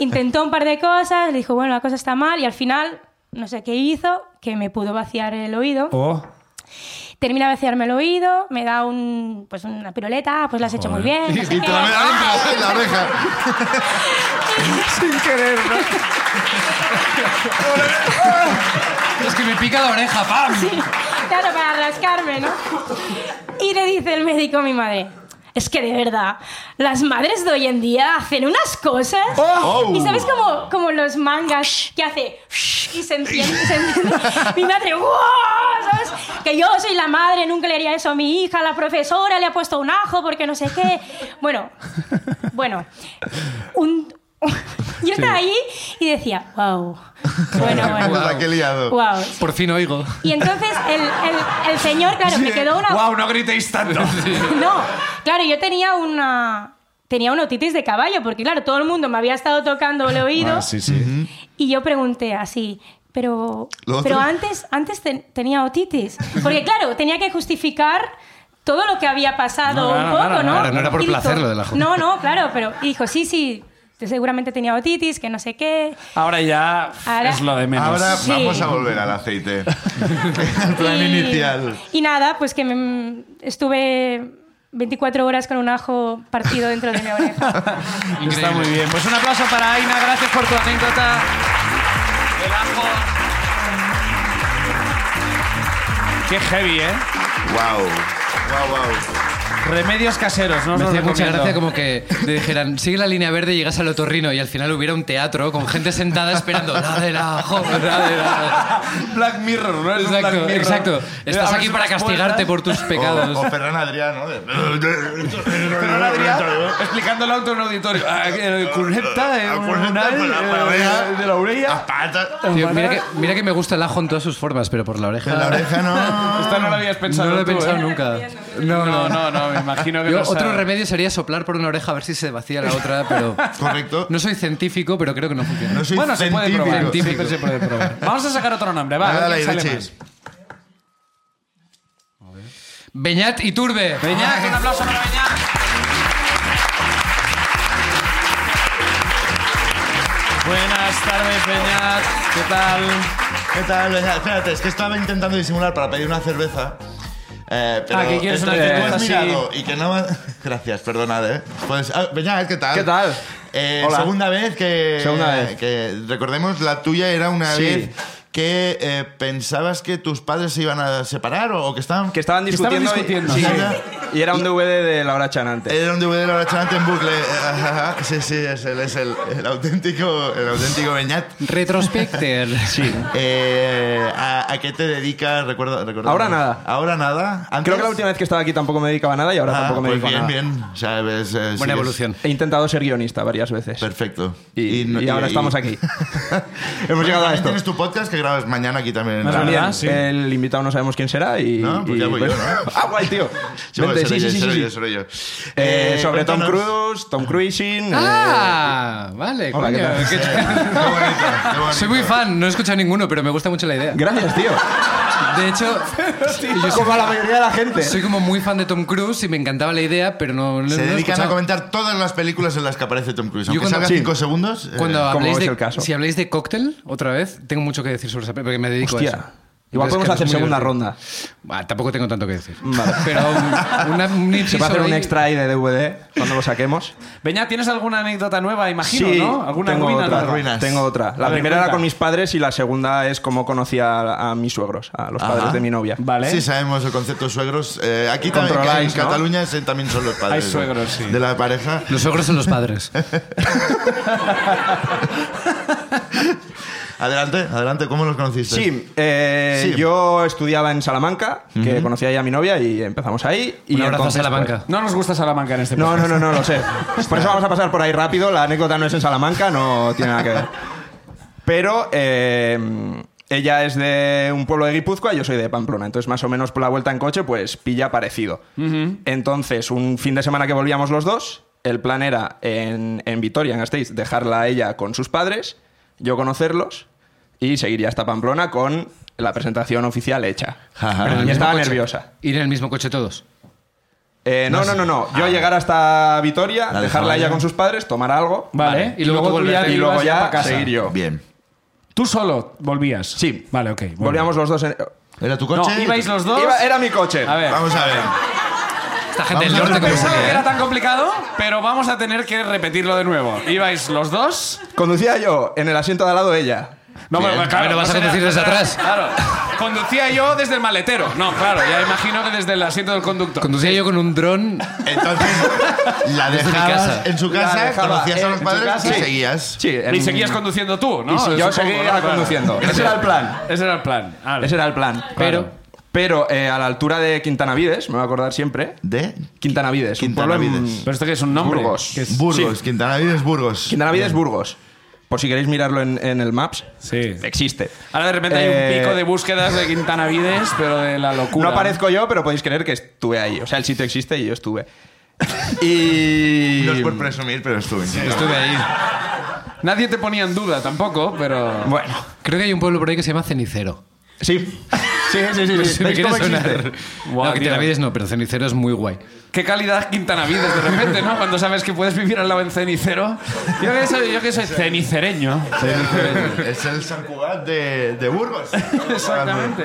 E: Intentó un par de cosas, le dijo, bueno, la cosa está mal y al final, no sé qué hizo, que me pudo vaciar el oído.
B: Oh,
E: Termina de vaciarme el oído, me da un, pues una piruleta, ah, pues la has hecho muy bien. no sé
A: Y te
E: qué.
A: la me da en la oreja.
C: Es que me pica la oreja, ¡pam!
E: Sí, claro, para rascarme, ¿no? Y le dice el médico a mi madre, es que de verdad, las madres de hoy en día hacen unas cosas.
A: Oh.
E: Y sabes como, como los mangas que hace y se enciende, se enciende. mi madre, ¡wow! ¿sabes? Que yo soy la madre, nunca le haría eso a mi hija, la profesora le ha puesto un ajo porque no sé qué. Bueno, bueno, un... Yo estaba allí y decía, wow. Bueno, bueno.
A: Anda, qué liado.
E: Wow.
C: Por fin oigo.
E: Y entonces el, el- el señor, claro, me quedó una...
B: ¡Wow! No gritéis tanto.
E: No, claro, yo tenía una... Tenía una otitis de caballo, porque claro, todo el mundo me había estado tocando el oído
B: Ah, sí, sí.
E: y yo pregunté así, pero,
A: ¿Lo
E: pero
A: otro?
E: antes, antes ten- tenía otitis. Porque claro, tenía que justificar todo lo que había pasado
B: No,
E: un
B: claro,
E: poco,
B: claro,
E: ¿no?
C: claro, no era por
E: Y dijo,
C: placer lo de la ju-
E: No, no, claro, pero y dijo, sí, sí, seguramente tenía otitis, que no sé qué.
B: Ahora ya
E: Ahora-
B: es lo de menos.
A: Ahora
E: Sí.
A: vamos a volver al aceite. al plan
E: Y-
A: inicial.
E: Y nada, pues que me- estuve 24 horas con un ajo partido dentro de mi oreja.
B: Está muy bien. Pues un aplauso para Aina. Gracias por tu anécdota. El ajo. Qué heavy, ¿eh?
A: Wow. Wow, wow.
B: Remedios caseros, ¿no? os
C: Me
B: los
C: hacía mucha
B: recomiendo.
C: gracia como que te dijeran, sigue la línea verde y llegas al otorrino y al final hubiera un teatro con gente sentada esperando, la del ajo, la del ajo".
B: Black Mirror, ¿no? Es un
C: Exacto,
B: Black Mirror.
C: exacto. Estás
B: Abres
C: aquí para
B: unas
C: castigarte
B: puertas. Oh,
C: por tus
A: O, o
C: pecados.
A: Ferran Adrià, ¿no? De-
B: Ferran Adrià explicándolo a un auditorio. Ah, eh, Cuneta, eh,
A: Ah,
B: un
A: cuneta
B: nal,
A: con la Ah,
B: eh,
A: oreja.
B: de la
A: Las
B: orella.
A: patas.
C: Ah, Tío, mira, que, mira que me gusta el ajo en todas sus formas, pero por la
A: De la
C: oreja...
A: oreja no.
B: Esta no la habías pensado
C: No lo he
B: tú, ¿eh?
C: pensado nunca.
B: No, no, no, no, me imagino que
C: Yo,
B: no sabe.
C: otro remedio sería soplar por una oreja a ver si se vacía la otra, pero...
A: Correcto.
C: No soy científico, pero creo que no funciona.
A: No soy
B: Bueno, se puede probar.
A: científico.
B: Siempre se puede probar. Vamos a sacar otro nombre, va.
A: Nada,
B: a ver
A: la
B: quién sale
A: leche.
B: más.
C: Beñat y Turbe.
B: Beñat, un aplauso para Beñat. Buenas tardes, Beñat. ¿Qué tal?
A: ¿Qué tal? Venga, Espérate, es que estaba intentando disimular para pedir una cerveza. Eh, pero
B: Ah, que quieres una
A: entre que tú
B: cerveza,
A: has
B: sí.
A: mirado y que no... Gracias, perdonad, ¿eh? Pues, ah, Beñat, ¿qué tal?
F: ¿Qué tal?
A: Eh,
F: Hola.
A: Segunda vez que...
F: Segunda vez.
A: Que, recordemos, la tuya era una
F: Sí.
A: vez que eh, pensabas que tus padres se iban a separar o, o que estaban...
F: Que estaban
B: Que estaban
F: discutiendo.
B: discutiendo,
F: y, sí,
A: sí.
F: sí. Y era un DVD de la hora chanante.
A: Era un DVD de la restaurante en bucle. Eh, ajá, ajá. Sí, sí, es el, es el, el auténtico, el auténtico Beñat.
C: Retrospecter. Sí.
A: Eh, ¿a, a qué te dedicas? Recuerda, recuerda-
F: Ahora nada.
A: Ahora nada. ¿Antes?
F: Creo que la última vez que estaba aquí tampoco me dedicaba a nada y ahora
A: Ah,
F: tampoco me
A: pues
F: dedico a
A: bien,
F: nada.
A: bien. O sea, ves, eh,
C: Buena
A: sigues-
C: evolución.
F: He intentado ser guionista varias veces.
A: Perfecto.
F: Y-
A: no-
F: y ahora estamos aquí.
A: Bueno,
F: llegado a
A: también
F: esto. Eh,
A: Tienes tu podcast que grabas mañana aquí también.
B: Más
A: Ah,
B: bien.
F: También,
B: ¿Verdad? Sí.
F: El invitado no sabemos quién será y...
A: No, pues ya
F: y-
A: voy yo, ¿no?
F: ah, guay, tío.
A: Sí, bueno,
F: Vente,
A: seré
F: sí,
A: yo,
F: sí, sí,
A: seré
F: sí.
A: yo, seré yo.
F: Eh, sobre Tom
A: cuéntanos-
F: Cruise, Tom Cruising... eh,
C: Ah, vale,
F: Hola, ¿qué
C: coño.
F: tal?
C: qué ch-
A: Qué bonito, qué bonito.
C: Soy muy fan, no he escuchado ninguno, pero me gusta mucho la idea.
F: eh, gracias, tío.
C: De hecho, yo soy,
F: Como a la mayoría de la gente.
C: soy como muy fan de Tom Cruise y me encantaba la idea, pero no, no- no
A: Se
C: he
A: dedican a
C: escuchado.
A: comentar todas las películas en las que aparece Tom Cruise. Aunque
C: cuando-
A: salga
F: sí.
A: 5 segundos. eh,
C: Cuando
F: como
C: habléis
F: es
C: de,
F: el caso.
C: Si habléis de cóctel, otra vez, tengo mucho que decir sobre esa peli, porque me dedico a
F: Hostia.
C: eso.
G: Igual
C: Entonces,
G: podemos
C: claro, Pues, es muy
G: hacer segunda
C: divertido.
G: ronda.
C: Bah, tampoco tengo tanto que decir.
G: Vale.
C: Pero un, una- un
G: Se va a hacer
C: inciso
G: un
C: ahí-
G: extra ahí de DVD cuando lo saquemos.
B: Beñat, ¿tienes alguna anécdota nueva, imagino, no? ¿Alguna
G: tengo
B: ruina
G: otra,
B: nueva?
A: ruinas.
G: Tengo otra. La
B: A ver,
G: primera
B: cuenta.
G: era con mis padres y la segunda es cómo conocí a, a mis suegros, a los
A: Ajá.
G: padres de mi novia.
B: Vale.
A: Sí, sabemos el concepto de suegros. Eh, aquí también, en
G: Controláis, ¿no?
A: Cataluña se- también son los padres.
B: Hay suegros,
A: de-
B: sí.
A: De la pareja.
C: Los suegros son los padres.
A: Adelante, adelante, ¿cómo los conociste?
G: Sí, eh,
A: Sí.
G: yo estudiaba en Salamanca, que conocí ahí a mi novia y empezamos ahí. Y
C: un abrazo a
G: entonces,
C: Salamanca.
B: No nos gusta Salamanca en este
G: pues, no,
B: podcast.
G: no, no, no, lo sé. Por eso vamos a pasar por ahí rápido. La anécdota no es en Salamanca, no tiene nada que ver. Pero eh, ella es de un pueblo de Guipúzcoa y yo soy de Pamplona. Entonces, más o menos por la vuelta en coche, pues pilla parecido. Entonces, un fin de semana que volvíamos los dos, el plan era en, en Vitoria, en Gasteiz, dejarla a ella con sus padres, yo conocerlos y seguir ya hasta Pamplona con la presentación oficial hecha.
A: Ajá.
C: Pero en el
G: y
C: mismo
G: estaba
C: coche.
G: nerviosa.
C: Ir en el mismo coche todos.
G: Eh, no, no, no, no. Yo llegar hasta Vitoria,
A: Ah. La
G: dejarla a ella
A: dejaba
G: con
A: ya.
G: sus padres, tomar algo
B: Vale.
C: Vale. Y luego
B: tú
C: tú
B: ya
C: volverte.
B: te
G: y luego
B: ibas
G: ya
B: pa' casa.
G: seguir yo.
A: Bien.
B: ¿Tú solo volvías?
G: Sí.
B: Vale, ok. bueno.
G: Volvíamos los dos en...
A: ¿Era tu
B: No,
A: coche?
B: ibais los dos.
G: Iba- era mi coche.
B: A ver.
A: Vamos a ver.
C: Esta gente
A: Vamos a ver
C: del norte
A: una persona
C: como
B: Pensaba
C: mola,
B: que
C: ¿eh?
B: era tan complicado, pero vamos a tener que repetirlo de nuevo. ¿Ibais los dos?
G: Conducía yo en el asiento de al lado de ella.
B: No,
A: Bien.
B: pero
C: Bueno, vas a
B: será-
C: conducir desde
B: será-
C: atrás.
B: Claro. Conducía yo desde el maletero. No, claro, ya imagino que desde el asiento del conductor.
C: Conducía yo con un dron.
A: Entonces, la
C: Desde mi
A: dejabas
C: casa.
A: en su
G: La
A: casa,
G: dejaba
A: conocías a
G: en
A: los
G: su
A: padres
G: casa.
A: y
G: Sí.
A: seguías.
G: Sí, en-
B: Y seguías conduciendo tú, ¿no?
G: Y si yo
B: Supongo,
G: seguía
B: ¿no? Claro.
G: conduciendo. Ese era el plan.
B: Ese era el plan. Vale.
G: Ese era el plan.
C: Pero-
G: Pero eh, a la altura de Quintanavides, me voy a acordar siempre.
A: ¿De?
G: Quintanavides. un pueblo en-
A: Quintanavides.
B: Pero esto que es un nombre.
G: Burgos.
B: Que es-
A: Burgos, Quintanavides, Burgos.
G: Quintanavides, Burgos. Por si queréis mirarlo en, en el Maps,
B: Sí.
G: existe.
B: Ahora de repente hay
G: Eh,
B: un pico de búsquedas de Quintanavides, pero de la locura.
G: No aparezco yo, pero podéis creer que estuve ahí. O sea, el sitio existe y yo estuve. y...
A: No es por presumir, pero estuve.
C: Estuve ahí.
B: Nadie te ponía en duda tampoco, pero.
G: Bueno,
C: Creo que hay un pueblo por ahí que se llama Cenicero.
G: sí. Sí, sí, sí. sí.
B: Pues
C: Si me
G: ¿Veis
C: quiere
G: cómo existe?
C: sonar.
B: Guau,
C: no, que te la
B: tío.
C: vides no, pero Cenicero es muy guay.
B: Qué calidad Quintanavides de repente, ¿no? Cuando sabes que puedes vivir al lado en cenicero. Yo que soy, yo que soy cenicereño.
A: Es el San Cugat de, de Burgos.
B: Exactamente.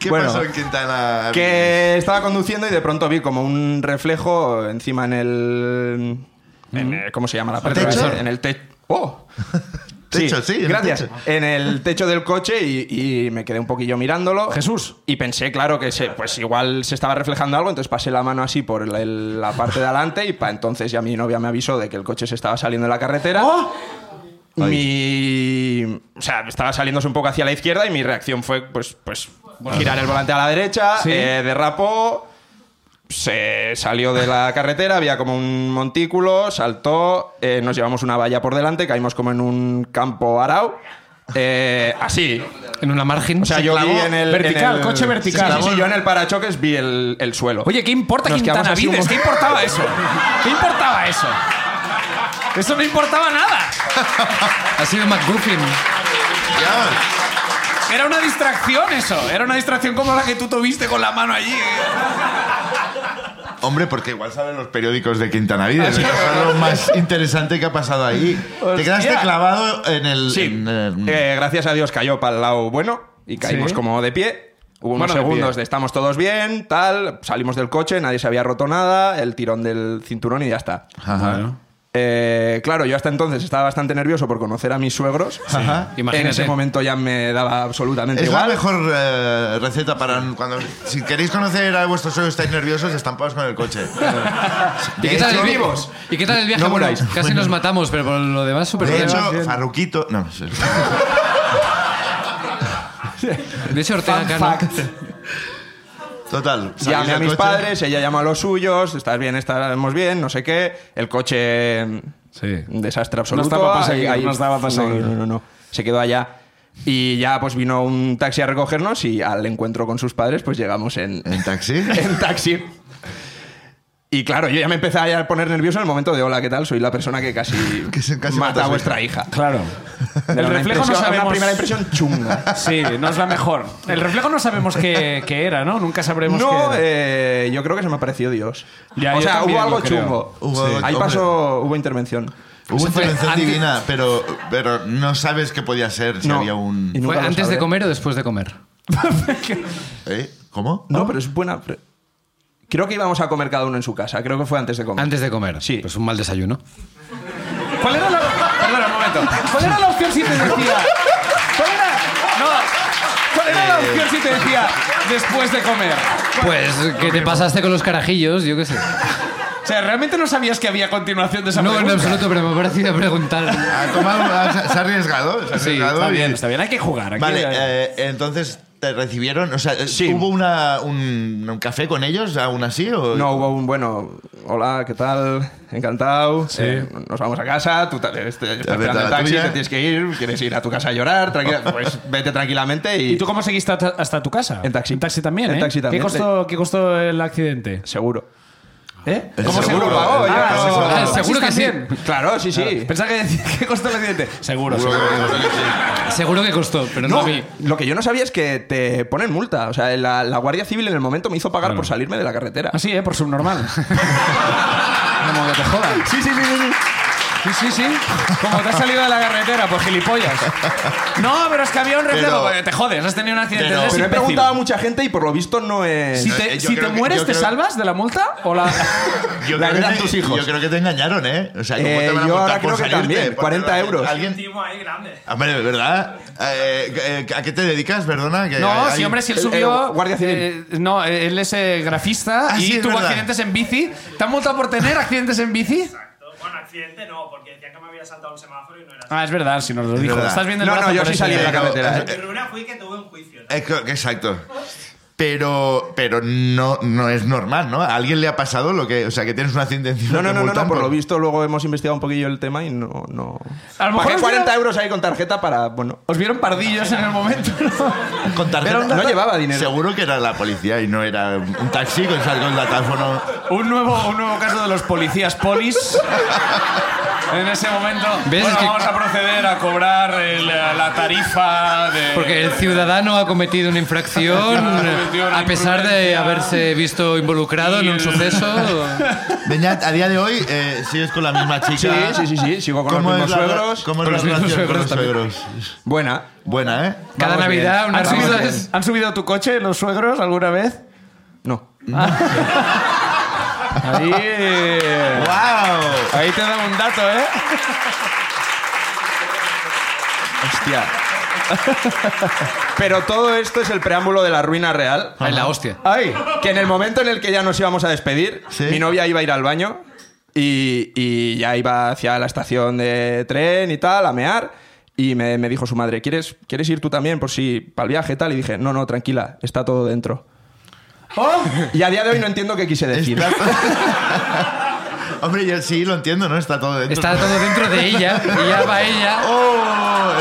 A: ¿Qué
G: Bueno,
A: pasó en Quintana?
G: Que estaba conduciendo y de pronto vi como un reflejo encima en el. en
B: Mm.
G: el- ¿Cómo se llama la parte?
A: ¿Techo?
G: En el techo. ¡Oh!
A: Techo, sí, en el
G: gracias.
A: techo.
G: En el techo del coche y, y me quedé un poquillo mirándolo.
B: Jesús.
G: Y pensé, claro, que se, pues igual se estaba reflejando algo, entonces pasé la mano así por la, el- la parte de adelante y para entonces ya mi novia me avisó de que el coche se estaba saliendo de la carretera. Mi, o sea, estaba saliéndose un poco hacia la izquierda y mi reacción fue, pues, pues girar el volante a la derecha,
B: Sí.
G: eh, derrapó, se salió de la carretera, había como un montículo, saltó, eh, nos llevamos una valla por delante, caímos como en un campo arau. eh, así.
C: En una margen.
G: O sea, yo vi en el.
B: vertical,
G: en el-
B: coche vertical.
G: Sí, sí, sí, yo en el parachoques vi el, el suelo.
B: Oye, ¿qué importa
G: Nos quedamos así un
B: Quintanavides? ¿Qué
G: momento.
B: importaba eso? ¿Qué importaba eso? Eso no importaba nada.
C: Ha sido McGuffin.
A: Ya,
B: Era una distracción eso. Era una distracción como la que tú tuviste con la mano allí.
A: Hombre, porque igual salen los periódicos de
G: Ah,
A: Quintanavides. que es lo más interesante que ha pasado ahí. Te quedaste clavado en el.
G: Sí.
A: en el-
G: Eh, gracias a Dios cayó para el lado bueno y caímos
B: Sí.
G: como de pie. Hubo unos
B: Bueno, de
G: segundos
B: pie.
G: de estamos todos bien, tal, salimos del coche, nadie se había roto nada, el tirón del cinturón y ya está.
A: Ajá.
G: Eh, claro, yo hasta entonces estaba bastante nervioso por conocer a mis suegros.
A: Ajá.
C: Imagínate.
G: En ese momento ya me daba absolutamente
A: Es la
G: igual.
A: mejor eh, receta para cuando. Si queréis conocer a vuestros suegros, estáis nerviosos, estampados con el coche.
C: ¿Y qué,
A: De
C: tal el,
A: hecho-
G: vivos.
C: ¿Y qué tal el viaje?
G: No
C: Bueno,
G: moráis.
C: casi nos matamos, pero por lo demás, súper
A: De
C: bien.
A: hecho, Farruquito. No, sí.
C: De hecho, Ortega Cano.
A: total. salís
G: Llamé a
A: del
G: mis
A: coche.
G: padres, ella llamó a los suyos, estás bien, estamos bien, no sé qué. El coche,
B: Sí.
G: un desastre absoluto.
B: No estaba pa' seguir,
G: Ahí- ahí-
B: no estaba pa' seguir.
G: No, no, no, no. Se quedó allá. Y ya pues vino un taxi a recogernos y al encuentro con sus padres pues llegamos en,
A: ¿En taxi?
G: en taxi. Y claro, yo ya me empecé a poner nervioso en el momento de hola, ¿qué tal? Soy la persona que casi,
A: Que se- casi
G: mata a
A: su
G: vuestra hija.
B: Claro.
G: Era
B: El
G: una
B: reflejo no
G: impresión-
B: sabemos.
G: Una primera impresión chunga.
B: Sí, no es la mejor. El reflejo no sabemos qué, qué era, ¿no? Nunca sabremos qué
G: No,
B: era.
G: eh, yo creo que se me apareció Dios.
B: Ya,
G: o
B: yo
G: sea,
B: también
G: hubo algo
B: lo creo.
G: chungo.
A: Hubo-
G: Sí. Ahí
A: hombre.
G: pasó, hubo intervención.
A: Hubo
C: Eso fue
A: intervención
C: antes-
A: divina, pero, pero no sabes qué podía ser si
G: No.
A: había un.
G: Y
C: ¿Fue
G: nunca lo
C: antes de
G: sabré.
C: comer o después de comer?
A: ¿Eh? ¿Cómo?
G: No, pero es buena. pre- Creo que íbamos a comer cada uno en su casa. Creo que fue antes de comer.
C: Antes de comer.
G: Sí.
C: Pues un mal desayuno.
B: ¿Cuál era la,
G: Perdona, un momento.
B: cuál era la opción si te decía? ¿Cuál era? No. ¿Cuál era la opción si te decía después de comer?
C: Pues que te pasaste con los carajillos, yo qué sé.
B: O sea, realmente no sabías que había continuación de esa
C: No, en
B: pregunta.
C: absoluto, pero me ha parecido preguntar.
A: Ha tomado- ha- se ha arriesgado. Se ha
C: Sí,
A: arriesgado
B: Está
A: y-
B: bien, está bien, hay que jugar. aquí-
A: Vale, eh, entonces te recibieron, o sea, eh,
G: Sí.
A: ¿hubo una, un, un café con ellos aún así? O...
G: No, hubo un bueno. Hola, ¿qué tal? Encantado. Eh, nos vamos a casa. Tú ta- este- estás
A: vete a
G: esperando
A: la
G: el taxi,
A: tuya.
G: te tienes que ir. Quieres ir a tu casa a llorar. tranquila. Pues vete tranquilamente y.
H: ¿Y tú cómo seguiste hasta, hasta tu casa?
G: En taxi.
H: En taxi también,
G: En
H: ¿eh?
G: taxi
H: ¿Qué
G: también,
H: costó, qué costó el accidente?
G: Seguro.
H: ¿Eh?
A: El
G: ¿Cómo
A: seguro,
G: seguro? pagó?
A: el-
G: Ya,
A: el-
G: no.
A: el-
C: Ah, seguro que
H: ¿Taxis
C: sí.
H: también?
G: Claro, sí, sí.
B: Pensaba que decía que costó el accidente. Seguro, seguro.
C: Seguro que costó, pero no,
G: No,
C: a mí.
G: lo que yo no sabía es que te ponen multa. O sea, la, la Guardia Civil en el momento me hizo pagar por salirme de la
B: Ah,
G: carretera.
H: Así, ¿eh? Por subnormal.
C: Como que te jodan.
B: Eh.
G: Sí, sí, sí, sí. sí.
B: Sí, sí, sí. Como te has salido de la carretera, pues gilipollas. No, pero es que había un reflejo.
A: Pero-
B: porque te jodes, has tenido un accidente.
A: Pero-
B: eres
G: Pero he
B: imbécil.
G: preguntado a mucha gente y por lo visto no es.
B: Si
A: No,
B: te,
A: eh, yo
B: si te
A: creo que-
B: mueres,
A: yo
B: ¿te
A: creo-
B: salvas de la multa? ¿O la.?
A: Yo
G: La
A: creo
G: heredan
A: que-
G: tus hijos.
A: Yo creo que te engañaron, ¿eh? O sea, ¿cómo
G: Eh,
A: te van a
G: yo
A: multar
G: ahora
A: por
G: creo que
A: salirte?
G: también,
A: Porque
G: 40 euros.
A: Alguien... Hombre, ¿verdad? Eh, eh, ¿A qué te dedicas, perdona? Que
B: No,
A: Eh, hay-
B: sí, hombre, si él
G: El- el
B: subió.
G: guardia civil.
B: eh, no, él es eh, grafista
A: Ah,
B: y
A: sí, es
B: tuvo
A: verdad.
B: accidentes en bici. ¿Te han multado por tener accidentes en bici?
I: Exacto. Bueno, accidente no, porque decían que me había saltado un semáforo y no era así.
B: Ah, es verdad, si nos lo dijo.
A: verdad.
B: Estás viendo el
G: No, no,
B: brazo
G: yo
B: por
G: sí
B: eso.
G: salí de la
A: Pero-
G: carretera.
I: Mi
G: ¿eh?
I: problema fue que tuve un juicio.
A: Eh, creo que- Exacto. Pero, pero no, no es normal, ¿no? ¿A alguien le ha pasado lo que... O sea, que tienes un accidente encima
G: No, no,
A: te
G: no, no,
A: multan
G: no, por lo
A: por-
G: visto luego hemos investigado un poquillo el tema y no. no.
B: A lo mejor
G: Pagué
B: os
G: 40
B: vieron-
G: euros ahí con tarjeta para. Bueno.
B: Os vieron pardillos en el momento. ¿no?
A: Con tarjeta-
B: Era un
G: No llevaba dinero.
A: Seguro que era la policía y no era un taxi con sal- con datáfono.
B: Un nuevo, un nuevo caso de los policías polis. En ese momento,
C: ¿Ves?
B: bueno,
C: Es que-
B: vamos a proceder a cobrar el- la tarifa de...
C: Porque el ciudadano ha cometido una infracción
B: cometido una
C: a pesar de
B: imprudencia.
C: haberse visto involucrado en un suceso.
A: Beñat, a día de hoy eh, sigues con la misma chica.
G: Sí, sí, sí, sí, sigo con los
A: ¿Cómo es
G: mismos
A: la-
G: suegros.
A: ¿Cómo es
C: Con
A: la
C: los mismos
A: relación con los
C: suegros
A: suegros?
G: Buena.
A: Buena, ¿eh?
C: Cada
G: Vamos bien.
C: Navidad, una
B: ¿Han subido,
C: risa.
B: ¿Han subido tu coche los suegros alguna vez?
G: No. Ah.
B: Ahí,
A: ¡Wow!
B: ahí te da un dato, ¿eh?
G: Hostia. Pero todo esto es el preámbulo de la ruina real.
C: Ay, la hostia.
G: Ay, que en el momento en el que ya nos íbamos a despedir,
A: Sí.
G: mi novia iba a ir al baño y, y ya iba hacia la estación de tren y tal, a mear. Y me, me dijo su madre, ¿quieres, ¿quieres ir tú también por si para el viaje y tal? Y dije, no, no, tranquila, está todo dentro.
B: ¡Oh!
G: Y a día de hoy no entiendo qué quise decir.
A: Está todo- Hombre, yo sí lo entiendo, ¿no? Está todo dentro.
C: Está todo dentro de ella y ya va ella.
A: ¡Oh!